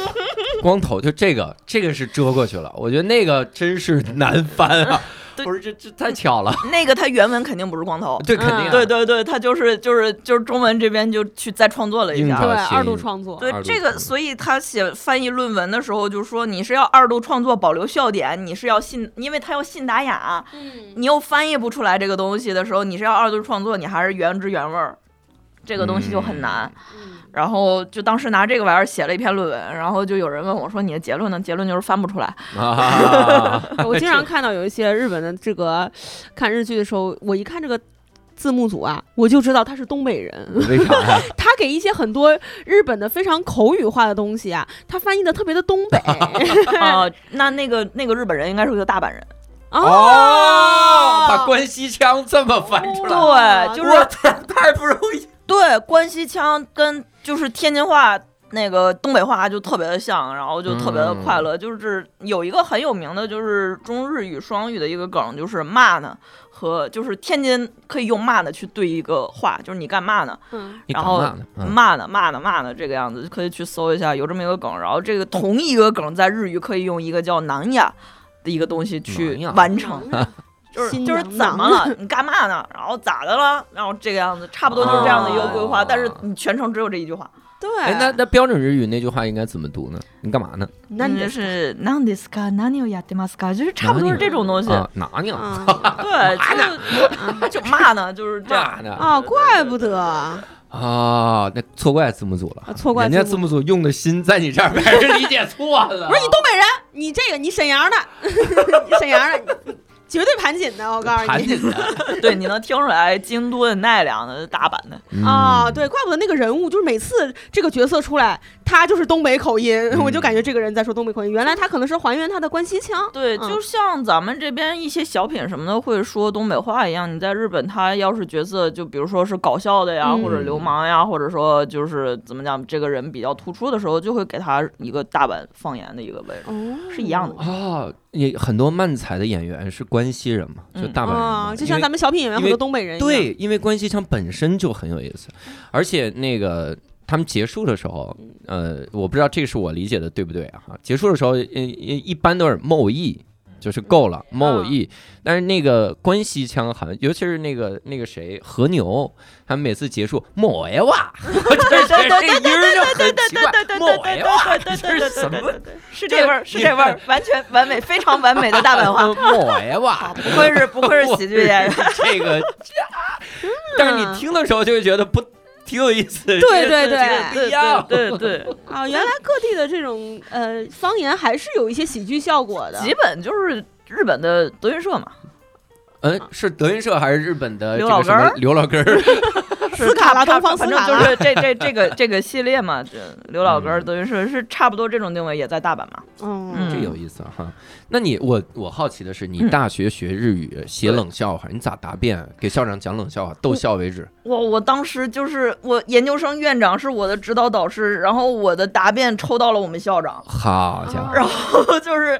A: 光头就这个，这个是遮过去了。我觉得那个真是难翻啊！
G: 对
A: 不是这这太巧了，
G: 那个他原文肯定不是光头，
A: 对，肯定、啊
F: 嗯
G: 对对对，他就是就是就是中文这边就去再创作了一
A: 硬
G: 下
A: 找。
F: 对
A: 啊，行
F: 二度创作，
G: 对
A: 二度
G: 这
A: 创
G: 个，
A: 作
G: 所以他写翻译论文的时候就说你是要二度创作保留笑点，你是要信，因为他要信达雅，
F: 嗯，
G: 你又翻译不出来这个东西的时候，你是要二度创作，你还是原汁原味儿，这个东西就很难。
F: 嗯
G: 然后就当时拿这个玩意儿写了一篇论文，然后就有人问我说你的结论呢？结论就是翻不出 来。
A: 啊，
F: 我经常看到有一些日本的这个看日剧的时候，我一看这个字幕组啊，我就知道他是东北人。
A: 为啥呀？
F: 他给一些很多日本的非常口语化的东西啊，他翻译的特别的东 北。
G: 啊、那那个那个日本人应该是个大阪人，
A: 哦，把关西腔这么翻出来，
G: 对，就是
A: 我太太不容易。
G: 对，关西腔跟就是天津话那个东北话就特别的像，然后就特别的快乐。就是有一个很有名的，就是中日语双语的一个梗，就是骂呢和就是天津可以用骂呢去对一个话，就是你干嘛呢？
F: 嗯，
A: 你
G: 然
A: 干
G: 后
A: 嘛呢？嗯
G: 骂呢骂呢骂呢这个样子，可以去搜一下，有这么一个梗。然后这个同一个梗在日语可以用一个叫南亚的一个东西
A: 南
G: 去
A: 亚
G: 完成。
F: 嗯
A: 啊
G: 就是
F: 新
G: 就是
F: 娘
G: 怎么
F: 囊
G: 了？你干嘛呢？然后咋的了？然后这个样子，差不多就是这样的一个规划。
A: 哦
G: 但是你全程只有这一句话，
F: 对，
A: 哎，那那标准日语那句话应该怎么读呢？你干嘛呢？
F: 那
G: 嗯
F: 你
G: 就是何ですか？何をやってますか？就是差不多是这种东西。
A: 啊，哪你啊？
F: 啊
G: 对，就就骂呢，就是这样。
A: 嘛呢？
F: 啊，怪不得
A: 啊，那错怪字幕组了，
F: 啊错怪
A: 人家
F: 字
A: 字幕组用的心在你这儿，被 人理解错了。
F: 不是你东北人，你这个你沈阳的， 你沈阳的，你绝对盘锦的，我告诉
A: 盘
F: 你。
A: 锦的
G: 对，你能听出来京都的、奈良的、大阪的。
A: 嗯
F: 啊，，对，怪不得那个人物就是每次这个角色出来，他就是东北口音， 我
A: 嗯
F: 就感觉这个人在说东北口音。原来他可能是还原他的关西腔。
G: 对，
F: 嗯
G: 就像咱们这边一些小品什么的会说东北话一样，你在日本，他要是角色就比如说是搞笑的呀，
F: 嗯
G: 或者流氓呀，或者说就是怎么讲，这个人比较突出的时候，就会给他一个大阪方言的一个位置，
F: 哦
G: 是一样的。
A: 啊，也很多漫才的演员是关西人嘛，就
G: 嗯
A: 大阪人嘛
F: 啊，，就像咱们小品演员
A: 因
F: 很
A: 为
F: 多东北人一样。
A: 对，因为关西腔本身就很有意思，而且那个他们结束的时候，呃，我不知道这个是我理解的对不对啊？结束的时候，一一一般都是某意，就是够了某意，但是那个关西腔好像，尤其是那个那个谁和牛，他们每次结束某哎哇，对对对对对对对对某哎哇，这是什么？
G: 是
A: 就
G: 这味儿，
A: 是
G: 是这味儿，完全完美，非常完美的大阪话。
A: 某哎哇，
G: 不愧是不愧是喜剧演员，
A: 这个，但是你听的时候就会觉得不挺有意思，对
F: 对对对
A: 不一样
G: 对对对，
F: 啊，原来各地的这种呃方言还是有一些喜剧效果的。
G: 基本就是日本的德云社嘛，
A: 嗯，是德云社还是日本的
G: 啊刘
A: 这
G: 老
A: 个
G: 根
A: 什么
G: 儿
A: 刘老根儿？
G: 是
F: 斯卡拉
G: 差
F: 东方
G: 反
F: 斯
G: 正
F: 卡
G: 就
F: 拉
G: 是这这这个这个系列嘛，这刘老根儿、
A: 嗯
G: 德云社是差不多这种定位，也在大阪嘛。
F: 嗯
G: 嗯
A: 这有意思啊哈。那你我我好奇的是，你
G: 嗯
A: 大学学日语写冷笑话，你咋答辩？给校长讲冷笑话，逗
G: 嗯
A: 笑为止。
G: 我我当时就是我研究生院长是我的指导导师，然后我的答辩抽到了我们校长。
A: 好家伙，
G: 然后就是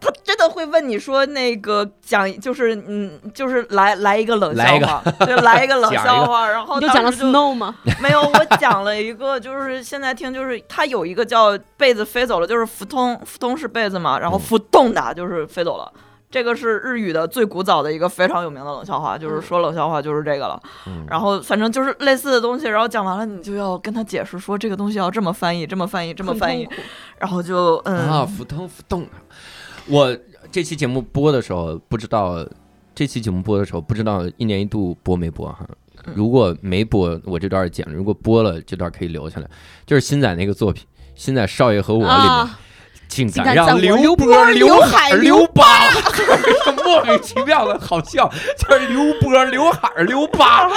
G: 他真的会问你说那个讲就是嗯就是来来一个冷
A: 来
G: 笑
A: 一个
G: 话，就来一个冷
A: 讲一
G: 笑
A: 个
G: 话，然后
F: 你就
G: 当
F: 讲了
G: 时就
F: snow 吗？
G: 没有，我讲了一个，就是现在听，就是它有一个叫被子飞走了，就是福通，福通是被子嘛，然后
A: 嗯
G: 福动的就是飞走了。这个是日语的最古早的一个非常有名的冷笑话，就是说冷笑话就是这个了。
A: 嗯
G: 然后反正就是类似的东西，然后讲完了你就要跟他解释说这个东西要这么翻译，这么翻译，这么
F: 很
G: 翻
F: 痛
G: 译
F: 苦，
G: 然后就嗯
A: 啊，浮腾浮动。我这期节目播的时候，不知道这期节目播的时候，不知道一年一度播没播哈。
G: 嗯
A: 如果没播，我这段剪；如果播了，这段可以留下来。就是新仔那个作品，新仔《少爷和我》
F: 啊
A: 里
G: 啊
A: 面，竟
F: 竟
A: 敢让
F: 敢让我
A: 刘
F: 刘
A: 波
F: 波
A: 儿、刘
F: 刘
A: 海
F: 海
A: 儿、
F: 刘
A: 刘疤，这 莫名其妙的好笑，就是刘波儿、刘海儿、刘疤。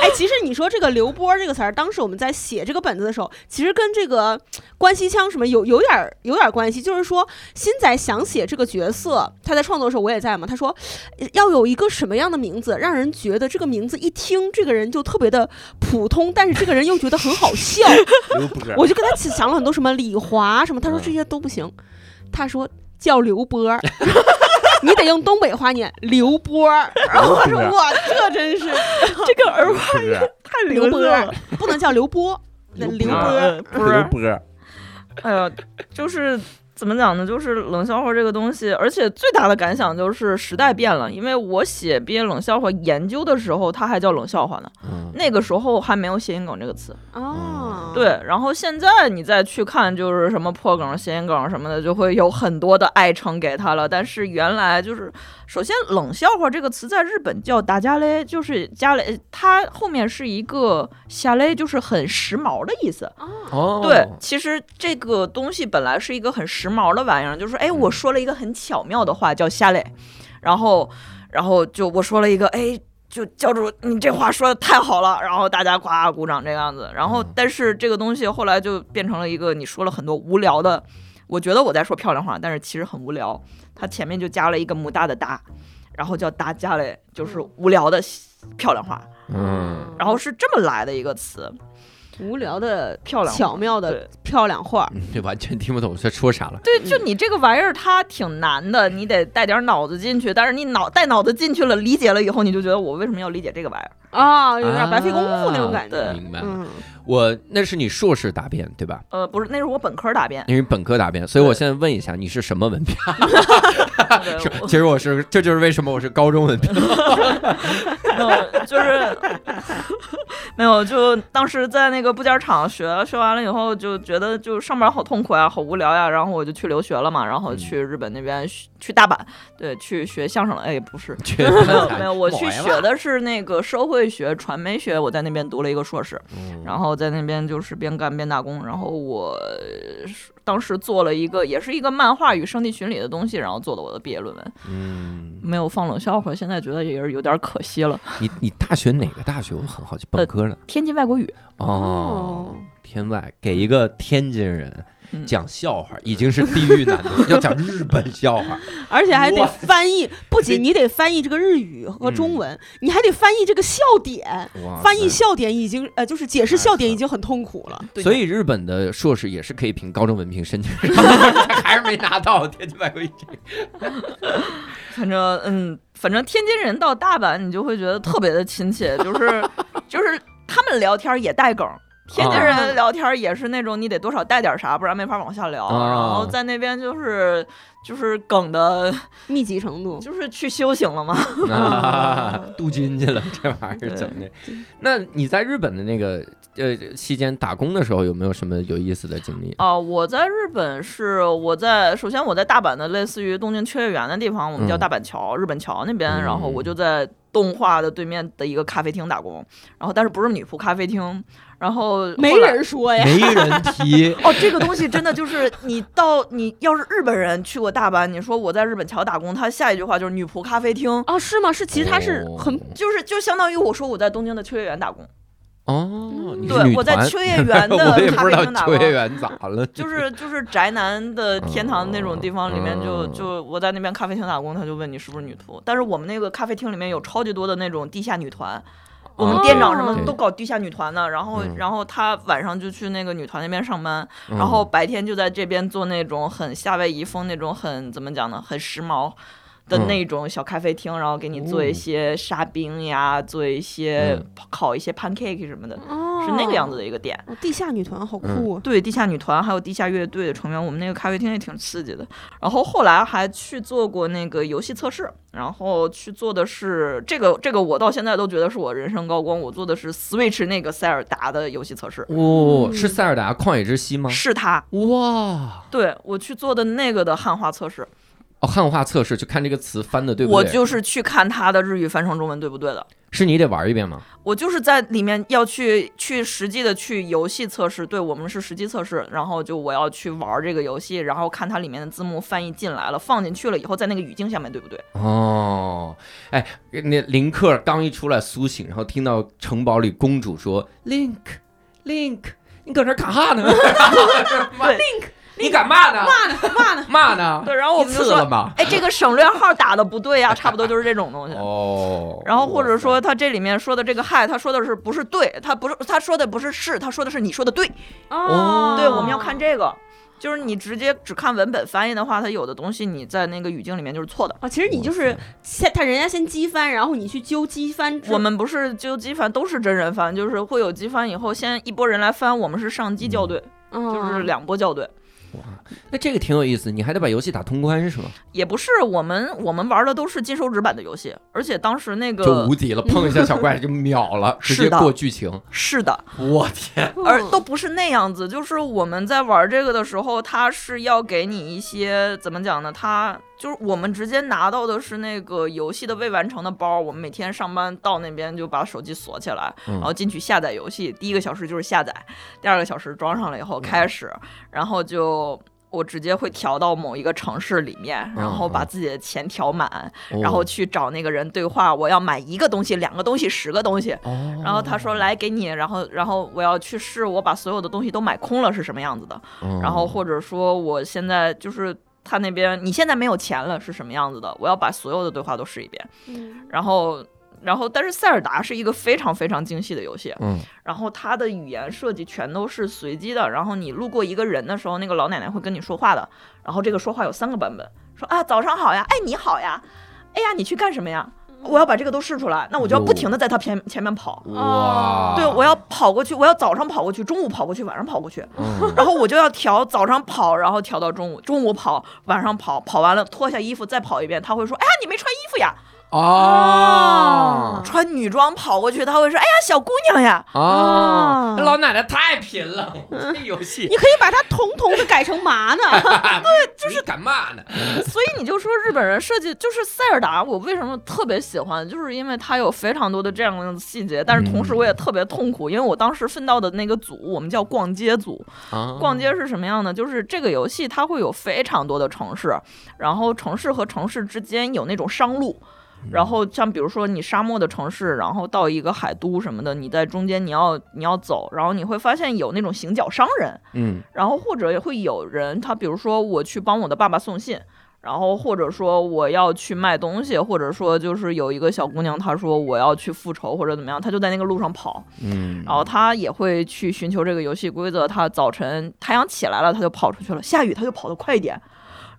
F: 哎，其实你说这个“刘波”这个词儿，当时我们在写这个本子的时候，其实跟这个关西腔什么有有点儿有点儿关系。就是说，新仔想写这个角色，他在创作的时候我也在嘛。他说呃要有一个什么样的名字，让人觉得这个名字一听这个人就特别的普通，但是这个人又觉得很好笑。
A: 刘波
F: 我就跟他起想了很多什么李华什么，他说
A: 嗯
F: 这些都不行，他说叫刘波儿。 你得用东北话念刘波儿。然后我说哇，这真是
G: 这个儿化
A: 是不是？
G: 太
F: 刘
G: 零
F: 波
G: 落
F: 儿
G: 了，，
F: 不能叫刘 波，那
A: 刘
F: 刘
A: 波
F: 波
A: 儿
F: 儿
G: 不是
A: 刘，波儿，
G: 哎呀，就是怎么讲呢？就是冷笑话这个东西，而且最大的感想就是时代变了。因为我写毕业冷笑话研究的时候，它还叫冷笑话呢，
A: 嗯
G: 那个时候还没有谐音梗这个词。
F: 哦，
G: 对，然后现在你再去看，就是什么破梗、谐音梗什么的，就会有很多的爱称给它了。但是原来就是，首先“冷笑话”这个词在日本叫“达加嘞”，就是加嘞，它后面是一个“下嘞”，就是很时髦的意思。
A: 哦
G: 对，其实这个东西本来是一个很时髦的玩意儿，就是哎，
A: 嗯
G: 我说了一个很巧妙的话叫“下嘞”，然后，然后就我说了一个哎。就教主，你这话说的太好了，然后大家夸鼓掌这样子，然后
A: 嗯
G: 但是这个东西后来就变成了一个你说了很多无聊的，我觉得我在说漂亮话，但是其实很无聊。它前面就加了一个母大的大，然后叫大家嘞，就是无聊的漂亮话，
A: 嗯，
G: 然后是这么来的一个词，
F: 无聊的、
G: 漂亮话
F: 巧妙的漂亮话儿，
A: 这完全听不懂在说啥了。
G: 对，就你这个玩意儿，它挺难的，你得带点脑子进去。但是你脑带脑子进去了，理解了以后，你就觉得我为什么要理解这个玩意儿？
F: 啊，有点白费功夫那种感
G: 啊
F: 觉。
A: 明白了，
F: 嗯，
A: 我那是你硕士答辩对吧？。
G: 呃，不是，那是我本科答辩
A: 因为本科答辩，所以我
G: 对
A: 现在问一下，你是什么文凭？
G: 对我
A: 其实我是，这就是为什么我是高中文凭。，
G: 没有，就是没有，就当时在那个部件厂学，学完了以后就觉得就上班好痛苦呀，好无聊呀，然后我就去留学了嘛，然后去日本那边学去大阪，对，去学相声了。哎，不是
A: 没有
G: 没有没有，我去学的是那个社会学、传媒学，我在那边读了一个硕士，
A: 嗯
G: 然后在那边就是边干边打工，然后我呃是当时做了一个也是一个漫画与圣地巡礼的东西，然后做的我的毕业论文，
A: 嗯，
G: 没有放冷笑话，现在觉得也是有点可惜了。
A: 你你大学哪个大学？我很好奇，本科的
G: 天津外国语，
A: 哦。天外给一个天津人
G: 嗯
A: 讲笑话，已经是地狱难度，要讲日本笑话，
F: 而且还得
A: 哇
F: 翻译，不仅你得嗯翻译这个日语和中文，你还得翻译这个笑点。
A: 哇
F: 翻译
A: 塞。
F: 笑点已经呃，就是解释笑点
A: 太
F: 已经很痛苦了。
A: 所以日本的硕士也是可以凭高中文凭申请， 还是没拿到天津外国语。
G: 反正嗯，反正天津人到大阪，你就会觉得特别的亲切，就是 就是他们聊天也带梗。天津
F: 啊
G: 人聊天也是那种你得多少带点啥，不然没法往下聊。
A: 啊
G: 然后在那边就是就是 梗的，
F: 密集程度，
G: 就是去修行了嘛。
A: 啊，镀金去了，这玩意儿怎么的？那你在日本的那个呃期间打工的时候，有没有什么有意思的经历？啊
G: 哦、我在日本是我在首先我在大阪的类似于东京秋叶原的地方，我们
A: 嗯
G: 叫大阪桥、日本桥那边，
A: 嗯
G: 然后我就在动画的对面的一个咖啡厅打工，然后但是不是女仆咖啡厅，然后后
F: 没
G: 来
F: 人说 呀。
A: 没人 提
G: 哦，这个东西真的就是你到你要是日本人去过大阪，你说我在日本桥打工，他下一句话就是女仆咖啡厅，
F: 哦，是吗？是，其实他是很
G: 就是就相当于我说我在东京的秋叶原打工，
A: 哦，你是
G: 对
A: 女
G: 我在
A: 团
G: 秋叶原的
A: 我也不
G: 咖
A: 知
G: 啡
A: 道
G: 厅打
A: 秋
G: 工。
A: 叶原咋了，
G: 就是就是宅男的天堂那种地方里面就，
A: 嗯嗯
G: 就我在那边咖啡厅打工，他就问你是不是女仆。但是我们那个咖啡厅里面有超级多的那种地下女团，我们
A: 哦
G: 店长什么
A: 对
G: 都搞地下女团呢。然后
A: 嗯
G: 然后他晚上就去那个女团那边上班，
A: 嗯
G: 然后白天就在这边做那种很夏威夷风那种很怎么讲呢，很时髦。
A: 嗯
G: 的那种小咖啡厅，然后给你
A: 哦
G: 做一些沙冰呀，做一些
A: 嗯
G: 烤一些 pancake 什么的，
F: 哦
G: 是那个样子的一个店。
F: 哦。地下女团好
A: 嗯
F: 酷啊！
G: 对地下女团还有地下乐队的成员，我们那个咖啡厅也挺刺激的。然后后来还去做过那个游戏测试，然后去做的是这个这个我到现在都觉得是我人生高光，我做的是 Switch 那个塞尔达的游戏测试，
A: 哦，是塞尔达旷野之息吗？
G: 是他，
A: 哇，
G: 对我去做的那个的汉化测试，
A: 哦，汉化测试就看这个词翻的对不对？
G: 我就是去看他的日语翻成中文对不对的。
A: 是你得玩一遍吗？
G: 我就是在里面要去去实际的去游戏测试，对我们是实际测试，然后就我要去玩这个游戏，然后看它里面的字幕翻译进来了，放进去了以后，在那个语境下面对不对？
A: 哦，哎，那林克刚一出来苏醒，然后听到城堡里公主说：“Link，Link，你搁这儿干哈呢？Link，你干嘛呢？骂呢？骂呢？骂呢
G: 对，然后我们就
A: 刺了
G: 说，
A: 吗？
G: 哎，这个省略号打的不对呀、差不多就是这种东西。
A: 哦，
G: 嗯然后或者
A: 哇
G: 说
A: 塞，
G: 他这里面说的这个嗨，他说的是不是对？他不是他说的不是是，他说的是你说的对。
A: 哦
F: 啊
G: 对，我们要看这个。就是你直接只看文本翻译的话，它有的东西你在那个语境里面就是错的。
F: 啊，其实你就是先，他人家先机翻，然后你去揪机翻之。
G: 我们不是就机翻，都是真人翻，就是会有机翻以后，先一波人来翻，我们是上机校对，就是
F: 嗯
G: 两波校对，
A: 哇，那这个挺有意思，你还得把游戏打通关是吗？
G: 也不是我们我们玩的都是金手指版的游戏，而且当时那
A: 就
G: 个
A: 无敌了，碰一下小怪就秒 了，直
G: 是
A: 接
G: 的
A: 过剧情。
G: 是的，
A: 我天，
F: 嗯
G: 而都不是那样子，就是我们在玩这个的时候，它是要给你一些怎么讲呢？它就是我们直接拿到的是那个游戏的未完成的包，我们每天上班到那边就把手机锁起来，
A: 嗯
G: 然后进去下载游戏，第一个小时就是下载，第二个小时装上了以后开始，然后就。我直接会调到某一个城市里面，然后把自己的钱调满，
A: 哦
G: 然后去找那个人对话。我要买一个东西、两个东西、十个东西，
A: 哦，
G: 然后他说来给你，然后然后我要去试，我把所有的东西都买空了是什么样子的，
A: 嗯，
G: 然后或者说我现在就是他那边你现在没有钱了是什么样子的，我要把所有的对话都试一遍，
F: 嗯
G: 然后然后但是塞尔达是一个非常非常精细的游戏，
A: 嗯
G: 然后它的语言设计全都是随机的。然后你路过一个人的时候，那个老奶奶会跟你说话的。然后这个说话有三个版本，说啊早上好呀，哎你好呀，哎呀你去干什么呀？我要把这个都试出来，那我就要不停的在他前前面跑。
A: 哇，
G: 呃对，我要跑过去，我要早上跑过去，中午跑过去，晚上跑过去，
A: 嗯
G: 然后我就要调早上跑，然后调到中午，中午跑，晚上跑，跑完了脱下衣服再跑一遍，他会说：“哎呀，你没穿衣服呀！”
A: 哦
G: 穿女装跑过去，他会说：“哎呀，小姑娘呀！”
A: 哦
F: 啊，
A: 老奶奶太贫了， 这游戏
F: 你可以把它统统的改成麻呢。
A: 哎对，就是干嘛呢？
G: 所以你就说日本人设计就是塞尔达，我为什么特别喜欢，就是因为它有非常多的这样的细节，但是同时我也特别痛苦，因为我当时分到的那个组，我们叫逛街组，
A: 啊
G: 逛街是什么样的？就是这个游戏它会有非常多的城市，然后城市和城市之间有那种商路。然后像比如说你沙漠的城市，然后到一个海都什么的，你在中间你要你要走，然后你会发现有那种行脚商人，
A: 嗯
G: 然后或者也会有人，他比如说我去帮我的爸爸送信，然后或者说我要去卖东西，或者说就是有一个小姑娘，她说我要去复仇或者怎么样，她就在那个路上跑，
A: 嗯，
G: 然后她也会去寻求这个游戏规则。她早晨太阳起来了，她就跑出去了；下雨她就跑得快一点，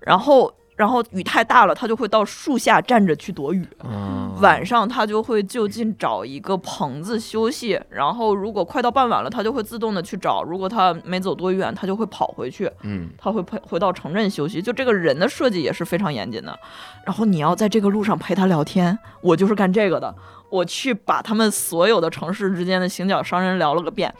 G: 然后。然后雨太大了，她就会到树下站着去躲雨。
A: 嗯
G: 晚上他就会就近找一个棚子休息，然后如果快到傍晚了，他就会自动的去找。如果他没走多远，他就会跑回去，
A: 嗯
G: 他会回回到城镇休息。就这个人的设计也是非常严谨的。然后你要在这个路上陪他聊天，我就是干这个的。我去把他们所有的城市之间的行脚商人聊了个遍，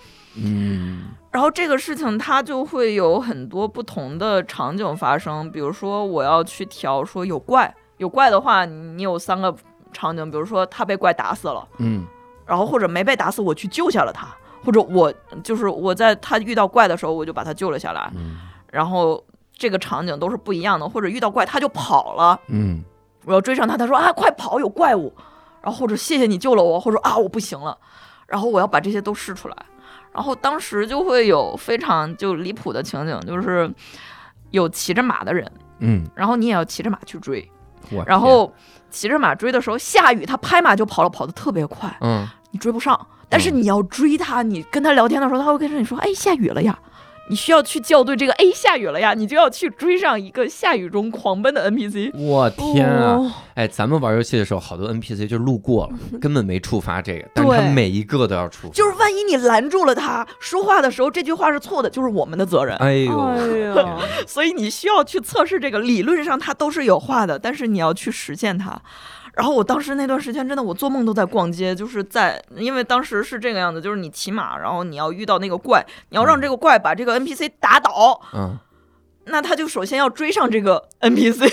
A: 嗯
G: 然后这个事情它就会有很多不同的场景发生，比如说我要去调说有怪，有怪的话，你有三个场景，比如说他被怪打死了，
A: 嗯
G: 然后或者没被打死，我去救下了他，或者我就是我在他遇到怪的时候我就把他救了下来，
A: 嗯
G: 然后这个场景都是不一样的，或者遇到怪他就跑了，
A: 嗯，
G: 我要追上他，他说啊快跑有怪物，然后或者谢谢你救了我，或者啊我不行了，然后我要把这些都试出来，然后当时就会有非常就离谱的情景，就是有骑着马的人，
A: 嗯，
G: 然后你也要骑着马去追，
A: 我
G: 然后骑着马追的时候下雨，他拍马就跑了，跑得特别快，
A: 嗯
G: 你追不上，但是你要追他，你跟他聊天的时候，他会跟着你说哎下雨了呀。你需要去校对这个，哎，下雨了呀，你就要去追上一个下雨中狂奔的 NPC。
A: 我天啊！
F: 哦
A: 哎，咱们玩游戏的时候，好多 NPC 就路过 了，根本没触发这个，但是
F: 对
A: 他每一个都要触发。
G: 就是万一你拦住了他说话的时候，这句话是错的，就是我们的责任。
A: 哎呦，
F: 哎
A: 我
F: 呦
A: 天
G: 所以你需要去测试这个。理论上它都是有话的，但是你要去实现它。然后我当时那段时间真的，我做梦都在逛街，就是在，因为当时是这个样子，就是你骑马，然后你要遇到那个怪，你要让这个怪把这个 NPC 打倒，
A: 嗯，
G: 那他就首先要追上这个 NPC，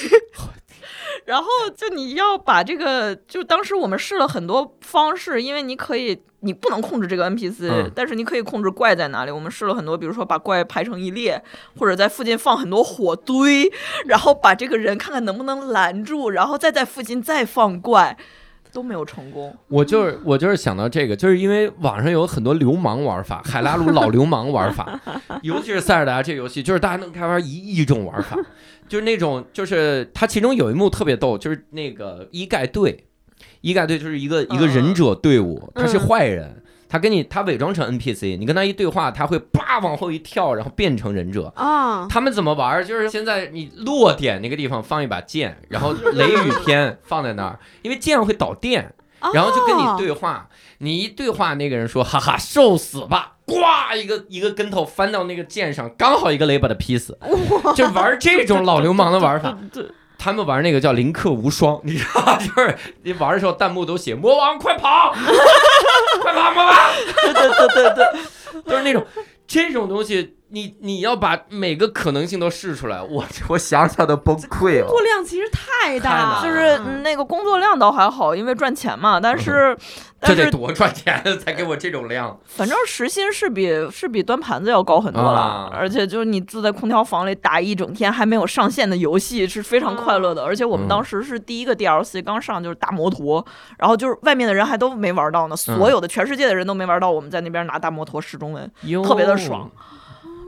G: 然后就你要把这个，就当时我们试了很多方式，因为你可以，你不能控制这个 NPC，、
A: 嗯
G: 但是你可以控制怪在哪里。我们试了很多，比如说把怪排成一列，或者在附近放很多火堆，然后把这个人看看能不能拦住，然后再在附近再放怪，都没有成功。
A: 我就是我就是想到这个，就是因为网上有很多流氓玩法，海拉鲁老流氓玩法，尤其是塞尔达这游戏，就是大家能开发一亿种玩法，就是那种就是它其中有一幕特别逗，就是那个医盖队，医盖队就是一个一个忍者队伍，他是坏人。他跟你他伪装成 NPC，你跟他一对话，他会叭往后一跳，然后变成忍者。
F: 啊，
A: 他们怎么玩儿？就是现在你落点那个地方放一把剑，然后雷雨天放在那儿，因为剑会导电，然后就跟你
F: 哦
A: 对话。你一对话，那个人说：“哈哈，受死吧！”呱，一个一个跟头翻到那个剑上，刚好一个雷把他劈死。就玩这种老流氓的玩法。 他们玩那个叫《林克无双》，你知道吧， 就是你玩的时候弹幕都写“魔王快跑，快跑，魔王”，对对对对 对，就是那种这种东西，你你要把每个可能性都试出来，我我想想都崩溃了。
F: 作量其实太大了，
A: 太
G: 就
A: 难
G: 是嗯那个工作量倒还好，因为赚钱嘛。但是，
A: 嗯这
G: 但
A: 得
G: 是
A: 多赚钱才给我这种量？
G: 反正时薪是比是比端盘子要高很多了。
A: 啊
G: 而且就是你坐在空调房里打一整天还没有上线的游戏是非常快乐的。而且我们
A: 嗯
G: 当时是第一个 DLC 刚上就是大摩托，然后就是外面的人还都没玩到呢，所有的全世界的人都没玩到，我们在那边拿大摩托试中文。特别的爽。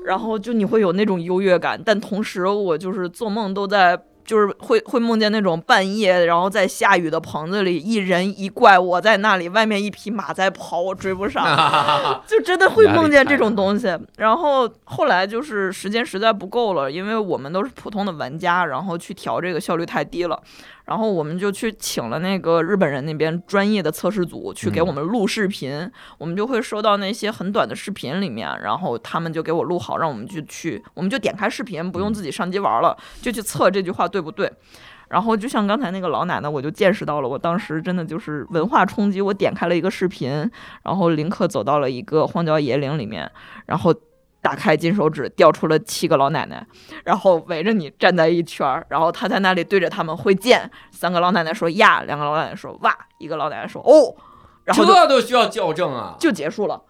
G: 然后就你会有那种优越感，但同时我就是做梦都在，就是会会梦见那种半夜，然后在下雨的棚子里，一人一怪，我在那里，外面一匹马在跑，我追不 上，
A: 啊
G: 就真的会
A: 压力
G: 梦见
A: 太
G: 这种
A: 大
G: 东西。然后后来就是时间实在不够了，因为我们都是普通的玩家，然后去调这个效率太低了，然后我们就去请了那个日本人那边专业的测试组去给
A: 嗯
G: 我们录视频，我们就会收到那些很短的视频里面，然后他们就给我录好，让我们就去，我们就点开视频，不用自己上机玩了，就去测这句话对不对。然后就像刚才那个老奶奶，我就见识到了，我当时真的就是文化冲击。我点开了一个视频，然后林克走到了一个荒郊野岭里面，然后打开金手指，调出了七个老奶奶，然后围着你站在一圈儿，然后他在那里对着他们挥剑，三个老奶奶说呀，两个老奶奶说哇，一个老奶奶说哦，然后就
A: 这都需要校正啊！。
G: 就结束了，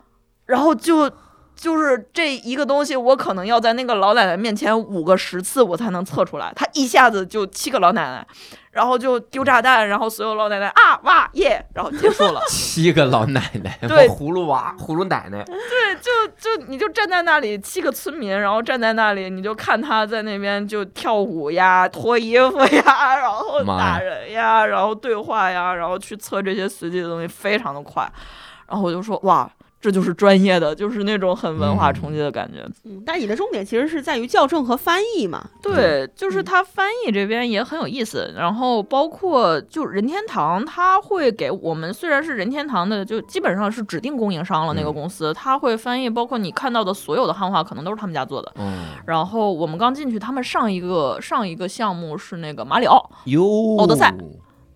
G: 然后就就是这一个东西，我可能要在那个老奶奶面前五个十次我才能测出来，她一下子就七个老奶奶，然后就丢炸弹，然后所有老奶奶啊哇耶，然后结束了
A: 七个老奶奶，
G: 对
A: 葫芦娃、葫芦奶奶，
G: 对，就就你就站在那里，七个村民，然后站在那里，你就看她在那边就跳舞呀、脱衣服呀，然后
A: 妈呀
G: 打人呀，然后对话呀，然后去测这些随机的东西，非常的快。然后我就说哇。这就是专业的，就是那种很文化
A: 嗯
G: 冲击的感觉。
F: 嗯但你的重点其实是在于校正和翻译嘛。
G: 对，就是
F: 嗯
G: 它翻译这边也很有意思，然后包括就任天堂，它会给我们虽然是任天堂的，就基本上是指定供应商了那个
A: 嗯
G: 公司，它会翻译，包括你看到的所有的汉化，可能都是他们家做的。
A: 嗯，
G: 然后我们刚进去，他们上一个上一个项目是那个马里奥，
A: 哟，
G: 奥德赛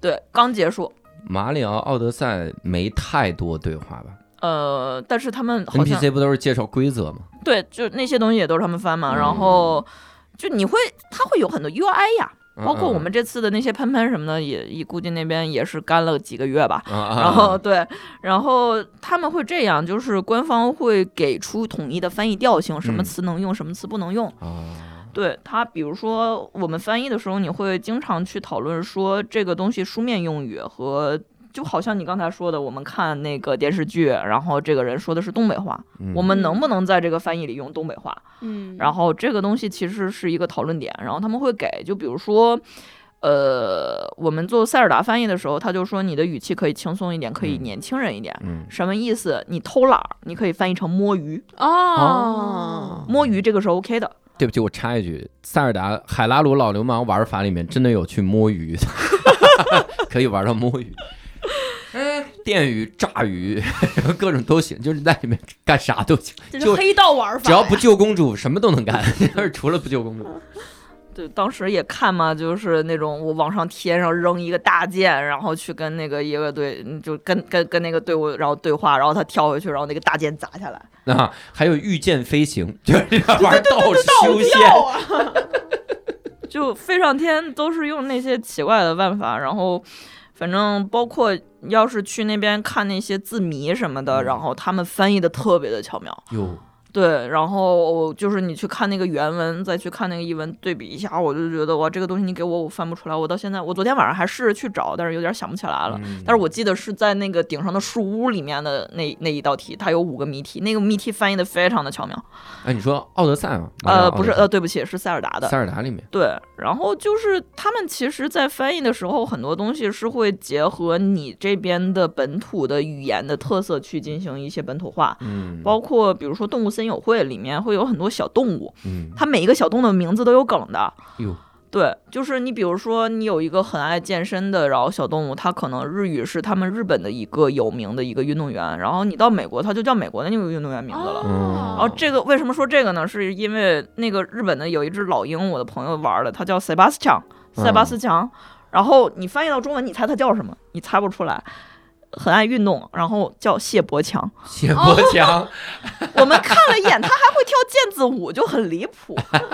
G: 对，刚结束，
A: 马里奥奥德赛没太多对话吧
G: 呃，但是他们好像
A: ？NPC 不都是介绍规则吗？
G: 对，就那些东西也都是他们翻嘛，然后就你会，它会有很多 UI 呀，
A: 嗯
G: 包括我们这次的那些喷喷什么的，也也估计那边也是干了几个月吧。
A: 嗯嗯嗯
G: 然后对，然后他们会这样，就是官方会给出统一的翻译调性，什么
A: 嗯
G: 词能用，什么词不能用。
A: 啊，
G: 对它，比如说我们翻译的时候，你会经常去讨论说这个东西书面用语和。就好像你刚才说的，我们看那个电视剧，然后这个人说的是东北话，
A: 嗯
G: 我们能不能在这个翻译里用东北话？
F: 嗯
G: 然后这个东西其实是一个讨论点，然后他们会给，就比如说，呃，我们做塞尔达翻译的时候，他就说你的语气可以轻松一点，可以
A: 嗯
G: 年轻人一点，
A: 嗯
G: 什么意思？你偷懒儿，你可以翻译成摸鱼，
F: 哦，
G: 摸
A: 嗯
G: 鱼这个是 OK 的，
A: 对不起，我插一句，塞尔达海拉鲁老流氓玩法里面真的有去摸鱼的， 可以玩到摸鱼，哎，电鱼、炸鱼， 各种都行，就是在里面干啥都行，
F: 这
A: 就是
F: 黑道玩法呀，
A: 只 要不救公主，什么都能干， 就是除了不救公主。
G: 对，当时也看嘛，就是那种我往上天上扔一个大剑，然后去跟那个野乐队，嗯就跟跟跟那个队伍，然后对话，然后他跳回去，然后那个大剑砸下来。
A: 啊，还有御剑飞行，就是玩道修仙，
F: 啊
G: 就飞上天都是用那些奇怪的办法，然后反正包括要是去那边看那些字谜什么的，
A: 嗯
G: 然后他们翻译的特别的巧妙，
A: 哟，
G: 对，然后就是你去看那个原文，再去看那个译文对比一下，我就觉得哇，这个东西你给我我翻不出来。我到现在，我昨天晚上还试着去找，但是有点想不起来了。
A: 嗯
G: 但是我记得是在那个顶上的树屋里面的那那一道题，它有五个谜题，那个谜题翻译的非常的巧妙。
A: 哎，你说奥德赛啊？马里奥
G: 呃，
A: 奥
G: 不是，
A: 德赛
G: 呃，对不起，是塞尔达的
A: 塞。尔达里面，
G: 对，然后就是他们其实，在翻译的时候，很多东西是会结合你这边的本土的语言的特色去进行一些本土化，
A: 嗯，
G: 包括比如说动物森友会里面会有很多小动物，
A: 嗯，
G: 它每一个小动物的名字都有梗的。
A: 哟，
G: 对，就是你，比如说你有一个很爱健身的，然后小动物，它可能日语是他们日本的一个有名的一个运动员，然后你到美国，它就叫美国的那个运动员名字了。
F: 哦
A: 嗯
G: 然后这个为什么说这个呢？是因为那个日本的有一只老鹰，我的朋友玩的，它叫塞巴斯强，
A: 嗯
G: 塞巴斯强。然后你翻译到中文，你猜它叫什么？你猜不出来。很爱运动，然后叫谢伯强。
A: 谢伯
G: 哦
A: 强，
G: 我们看了一眼，他还会跳毽子舞，就很离谱。嗯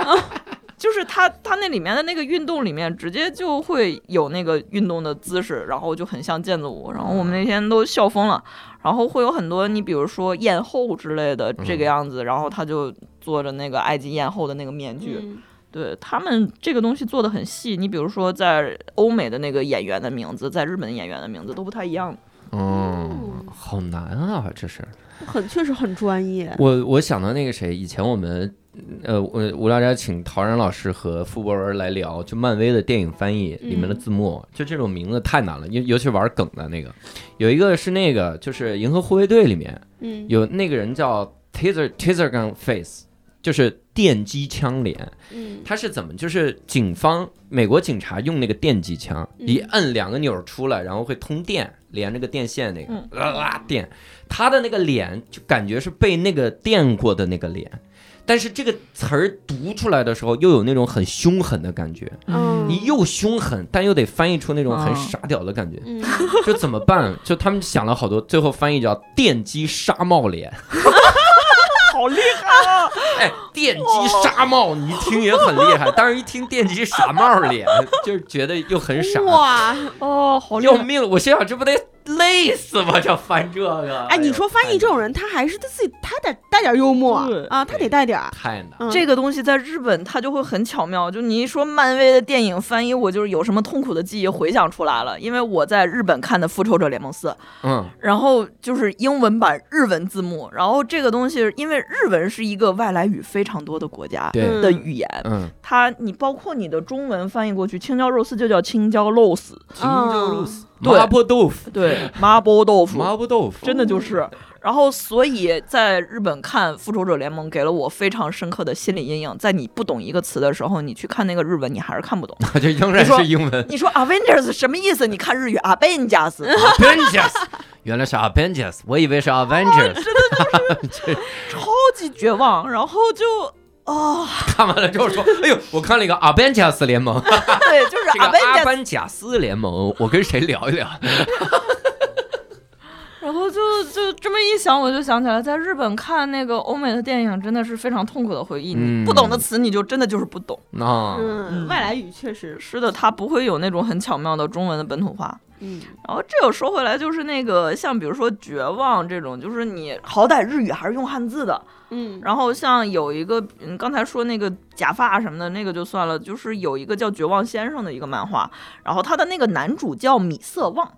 G: 就是他他那里面的那个运动里面，直接就会有那个运动的姿势，然后就很像毽子舞。然后我们那天都笑疯了。然后会有很多你比如说艳后之类的这个样子，然后他就做着那个埃及艳后的那个面具。
F: 嗯
G: 对他们这个东西做的很细，你比如说在欧美的那个演员的名字，在日本演员的名字都不太一样。
A: 嗯，好难啊，这是。
F: 很确实很专
G: 嗯
F: 业。
A: 我我想到那个谁，以前我们呃，我无聊斋请陶然老师和傅博文来聊，就漫威的电影翻译里面
G: 嗯
A: 的字幕，就这种名字太难了，尤尤其玩梗的那个，有一个是那个就是《银河护卫队》里面
F: 嗯，
A: 有那个人叫 Taser Taser Gun Face，就是电击枪脸，
F: 嗯
A: 他是怎么就是警方美国警察用那个电击枪，
F: 嗯
A: 一摁两个钮儿出来，然后会通电，连那个电线那个
G: 嗯
A: 啦啦电，他的那个脸就感觉是被那个电过的那个脸，但是这个词儿读出来的时候又有那种很凶狠的感觉，
F: 嗯
A: 你又凶狠，但又得翻译出那种很
G: 哦
A: 傻屌的感觉，
F: 嗯，
A: 就怎么办？就他们想了好多，最后翻译叫电击沙帽脸。
G: 好厉
A: 哎，电击沙帽，你一听也很厉害，但是一听电击傻帽脸，就是觉得又很傻。
F: 哇，
G: 哦，好厉
A: 要
G: 害！
A: 命了！我心想，这不得累死吗？这翻这个，
F: 哎，你
A: 呦
F: 说翻译这种人，他还是他自己，他得带点幽默
G: 对
F: 啊，他得带点儿。
A: 太难 了。
F: 嗯
G: 这个东西在日本它就会很巧妙，就你一说漫威的电影翻译，我就是有什么痛苦的记忆回想出来了，因为我在日本看的《复仇者联盟四》，
A: 嗯，
G: 然后就是英文版日文字幕，然后这个东西因为日文是一个外来语非常多的国家
A: 对，
G: 的语言，
A: 嗯，
G: 它你包括你的中文翻译过去，青椒肉丝就叫青椒肉丝，
F: 嗯
A: 秦州肉丝，
G: 对
A: 麻婆豆腐，
G: 对，麻婆豆腐，
A: 麻婆豆腐，
G: 真的就是。然后，所以在日本看《复仇者联盟》给了我非常深刻的心理阴影。在你不懂一个词的时候，你去看那个日文，你还是看不懂。
A: 这仍然
G: 你说
A: 是英文。
G: 你说 Avengers 什么意思？你看日语 Avengers，
A: Avengers，原来是 Avengers，我以为是 Avengers。
G: 超级绝望。然后就哦，
A: 看完了之后说，哎呦，我看了一个 Avengers 联 盟，
G: 对， 就是
A: 这个阿
G: Avengers，
A: 班贾斯联盟，我跟谁聊一聊？
G: 然后就就这么一想，我就想起来，在日本看那个欧美的电影真的是非常痛苦的回忆。
A: 嗯
G: 你不懂的词，你就真的就是不懂。
A: 啊，
F: 嗯，
G: 嗯
F: 外来语确实，
G: 是的，它不会有那种很巧妙的中文的本土化。
F: 嗯
G: 然后这又说回来，就是那个像比如说绝望这种，就是你好歹日语还是用汉字的。
F: 嗯，
G: 然后像有一个，嗯，刚才说那个假发啊什么的，那个就算了，就是有一个叫《绝望先生》的一个漫画，然后他的那个男主叫米色旺。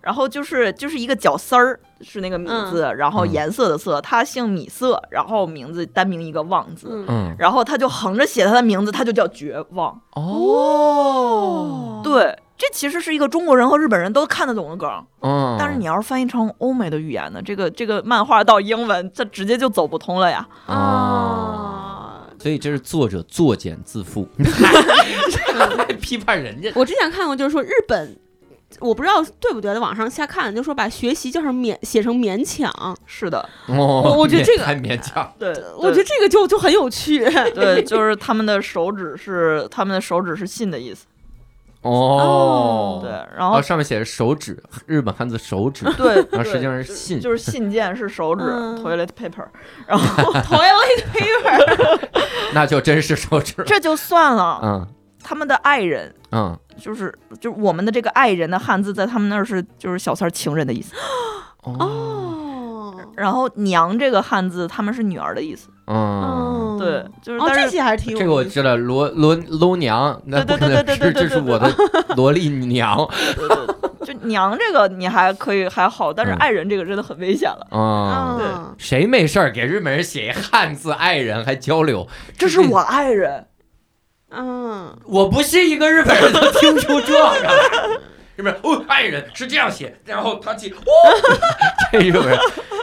G: 然后就是就是一个绞丝儿，是那个米字，然后
A: 嗯
G: 颜色的色，他姓米色，然后名字单名一个旺字，
F: 嗯
A: 嗯，
G: 然后他就横着写他的名字，他就叫绝望。
A: 哦，
G: 对，这其实是一个中国人和日本人都看得懂的梗，
A: 嗯，
G: 但是你要是翻译成欧美的语言呢，这个这个漫画到英文，这直接就走不通了呀。
F: 哦
A: 啊，
F: 啊，
A: 所以这是作者作茧自 缚，还批判人家，
F: 我之前看过，就是说日本。我不知道对不对，在网上瞎看，就说把学习叫成勉，写成勉强，
G: 是的，
A: 哦，
F: 我觉得这个
A: 还勉强，
G: 对，
F: 我觉得这个就就很 有趣。
G: 对，就是他们的手指是他们的手指是信的意思。
A: 哦，
G: 对，，然后、
A: 哦，上面写着手指，日本汉字手指，
G: 对，
A: 然后
G: 对
A: 啊实际上是信，
G: 就是信件是手指、
F: 嗯
G: toilet paper，然后
F: Toilet paper，
A: 那就真是手指，
G: 这就算了。
A: 嗯
G: 他们的爱人
A: 嗯，
G: 就是就是我们的这个爱人的汉字在他们那儿是就是小三儿情人的意思。
A: 哦，
F: 哦哦
G: 然后“娘”这个汉字，他们是女儿的意思。
A: 嗯，
F: 哦，
G: 对，就是
F: 哦，
G: 但
F: 这
G: 是
F: 些还是挺有
A: 这个我
F: 意思
A: 知道，罗罗罗娘，那不
G: 对
A: 可
G: 对
A: 能
G: 对对
A: 是，
G: 对对
A: 这
G: 对
A: 是我的 萝莉娘
G: 对对对就“娘”这个你还可以还好，但是
A: 嗯
G: “爱人”这个真的很危险了。嗯
A: 啊。
F: 啊，
A: 谁没事儿给日本人写一汉字“爱人”还交流？
G: 这是我爱人，
F: 嗯，
A: 我不信一个日本人能听出这个来。 日本人哦，爱人是这样写，然后他记哦， 这日本人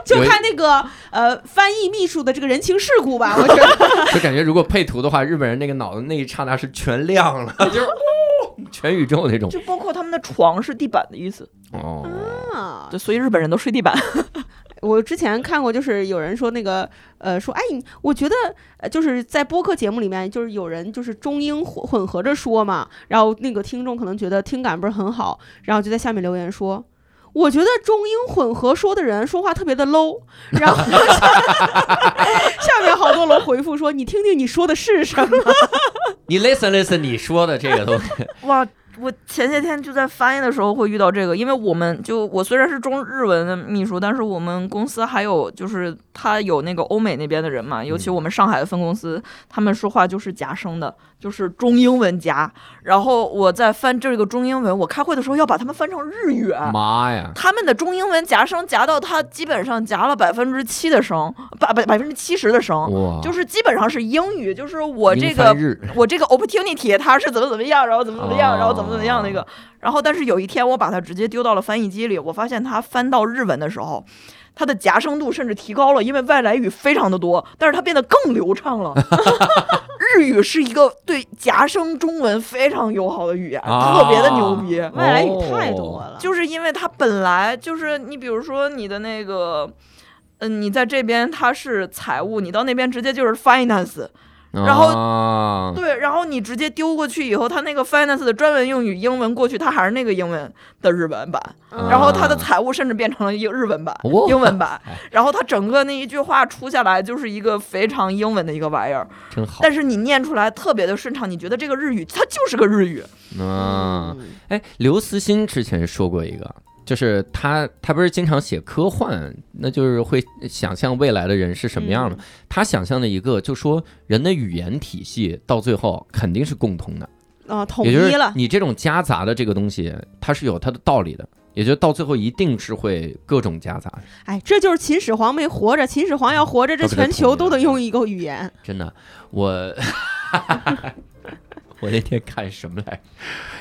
F: 就
A: 有一
F: 看那个呃翻译秘书的这个人情世故吧，我觉得
A: 就感觉如果配图的话，日本人那个脑子那一刹那是全亮了， 就是哦，全宇宙那种。
G: 就包括他们的床是地板的意思，
A: 哦，
F: 啊
G: 对，所以日本人都睡地板。
F: 我之前看过，就是有人说那个，呃，说哎，你我觉得，呃，就是在播客节目里面，就是有人就是中英混混合着说嘛，然后那个听众可能觉得听感不是很好，然后就在下面留言说，我觉得中英混合说的人说话特别的 low，然后 下面好多人回复说，你听听你说的是 什
A: 哦
F: 么？
A: 你 listen listen，你说的这个东西，
G: 哇，我前些天就在翻译的时候会遇到这个，因为我们就我虽然是中日文的秘书，但是我们公司还有就是他有那个欧美那边的人嘛，尤其我们上海的分公司，他们说话就是夹生的，就是中英文夹。然后我在翻这个中英文，我开会的时候要把他们翻成日 语。啊
A: 妈呀！
G: 他们的中英文夹声夹到他基本上夹了百分之七的声，百百百分之七十的声，
A: 哇，
G: 就是基本上是英语，就是我这
A: 英
G: 个
A: 翻日哦
G: 我这个 opportunity 它是怎么怎么样，然后怎么怎么样，然后怎么怎么样那个。然后，但是有一天我把它直接丢到了翻译机里，我发现它翻到日文的时候，它的夹生度甚至提高了，因为外来语非常的多，但是它变得更流畅 了。日语是一个对夹生中文非常友好的语言，
A: 啊
G: 特别的牛逼。
F: 外来语太多了，
G: 就是因为它本来就是你，比如说你的那个，嗯，你在这边它是财务，你到那边直接就是 finance，然后
A: 啊
G: 对，然后你直接丢过去以后，它那个 finance 的专门用语英文过去，它还是那个英文的日文版，
F: 嗯
G: 然后它
A: 啊
G: 的财务甚至变成了一个日文版、
A: 哦
G: 英文 版
A: 哎，
G: 然后它整个那一句话出下来就是一个非常英文的一个玩意儿，
A: 真好。
G: 但是你念出来特别的顺畅，你觉得这个日语它就是个日语，
A: 嗯，哎，刘慈欣之前说过一个，就是他他不是经常写科幻，那就是会想象未来的人是什么样的。
F: 嗯
A: 他想象的一个，就说人的语言体系到最后肯定是共通的，
F: 啊，统
A: 也就
F: 一
A: 是
F: 了，
A: 你这种夹杂的这个东西，它是有它的道理的。也就到最后一定是会各种夹杂，
F: 哎，这就是秦始皇没活着，秦始皇要活着，这
A: 都给他
F: 全
A: 统
F: 球
A: 一
F: 都
A: 了
F: 得用一个语言。
A: 真的。我 我那天看什么来着？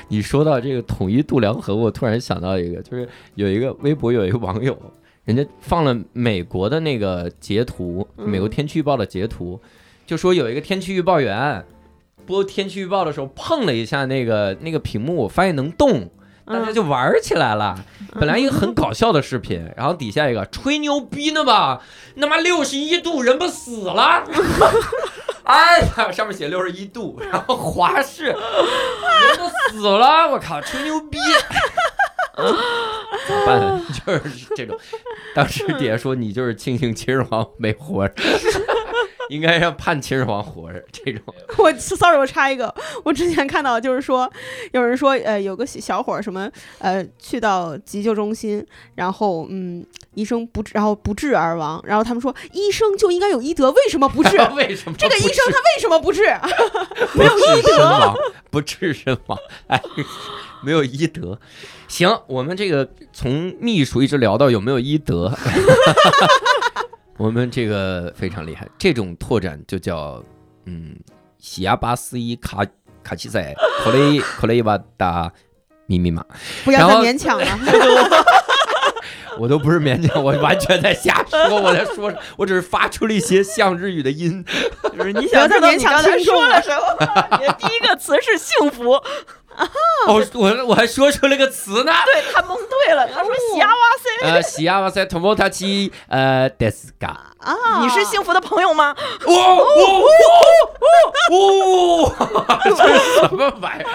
A: 你说到这个统一度量衡，我突然想到一个，就是有一个微博有一个网友，人家放了美国的那个截图，
F: 嗯
A: 美国天气预报的截图，就说有一个天气预报员播天气预报的时候碰了一下那个那个屏幕，我发现能动，大家
F: 嗯
A: 就玩起来了。
F: 嗯
A: 本来一个很搞笑的视频， 然后底下一个吹牛逼呢吧，他妈六十一度人不死 了。哎呀，上面写六十一度，然后华 氏，人都死了，我靠，吹牛逼，嗯怎么办？就是这种，当时底下说你就是庆幸秦始皇没活 着，应该让判秦始皇活着这种。
F: 我 sorry，我插一个，我之前看到就是说，有人说，呃，有个小小伙儿什么，呃，去到急救中心，然后嗯，医生不治，然后不治而亡，然后他们说，医生就应该有医德，为什 么不治？
A: 为什么
F: 这个医生他为什么不治？
A: 他没有医德，亡 不治身亡，哎， 没有医德。行，我们这个从秘书一直聊到有没有医德， 我们这个非常厉害，这种拓展就叫嗯，喜亚巴斯伊卡卡奇塞克雷克雷瓦达密密码，
F: 不要
A: 然
F: 再
A: 后
F: 勉强了。
A: 我都不是勉强，我完全在瞎说，我在说，我只是发出了一些像日语的音。
G: 就是你
F: 不要
G: 想
F: 再
G: 知道
F: 勉
G: 你
F: 强
G: 刚才
F: 听众
G: 说
F: 了
G: 了什么，你的第一个词是幸福，
A: 哦，我我还说出了个词呢。
G: 对他蒙对了，他说霞哇塞，
A: 呃，喜亚哇塞托莫塔奇呃 deska。
F: 啊，
G: 你是幸福的朋友吗？
A: 哦哦哦哦哦！这是什么玩意儿？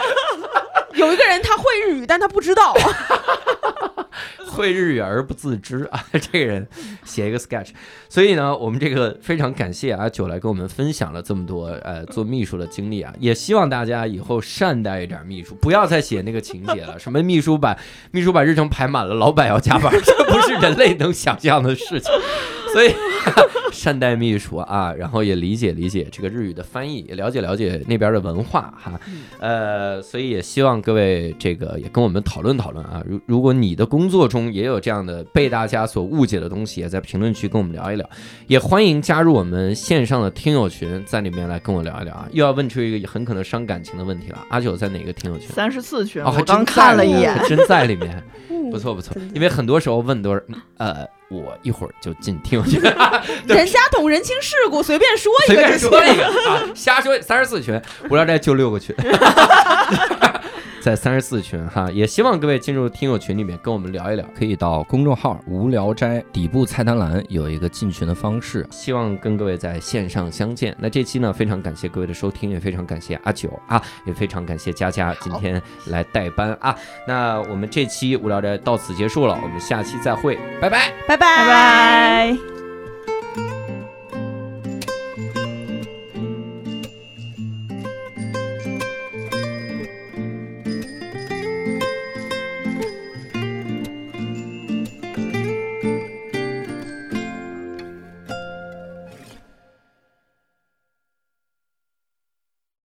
F: 有一个人他会日语，但他不知道，
A: 会日语而不自知啊，这个人写一个 sketch。所以呢，我们这个非常感谢啊九来跟我们分享了这么多呃做秘书的经历啊，也希望大家以后善待一点秘书，不要再写那个情节了，什么秘书把秘书把日程排满了，老板要加班， 这不是人类能想象的事情。所以 善待秘书啊，然后也理解理解这个日语的翻译，也了解了解那边的文化哈。呃，所以也希望各位这个也跟我们讨论讨论啊。如如果你的工作中也有这样的被大家所误解的东西，也在评论区跟我们聊一聊。也欢迎加入我们线上的听友群，在里面来跟我聊一聊啊。又要问出一个很可能伤感情的问题了。阿九在哪个听友群？
G: 三十四群，
A: 哦，还
G: 我
A: 真
G: 刚看
A: 在
G: 了一
A: 里面
G: 眼，
A: 还真在里面。不
F: 嗯
A: 错不错
F: 真，的
A: 因为很多时候问都是，嗯呃，我一会儿就进 听友群，对
F: 嗯人家懂人情世故，随便说一
A: 随
F: 个就
A: 便说
F: 行
A: 一个啊，瞎说三十四群，无聊斋就六 个群，在三十四群哈，也希望各位进入听友群里面跟我们聊一聊，
C: 可以到公众号“无聊斋”底部菜单栏有一个进群的方式。
A: 希望跟各位在线上相见。那这期呢，非常感谢各位的收听，也非常感谢阿九啊，也非常感谢佳佳今天来代班啊。那我们这期无聊斋到此结束了，我们下期再会，拜拜。
F: 拜拜
G: 拜拜。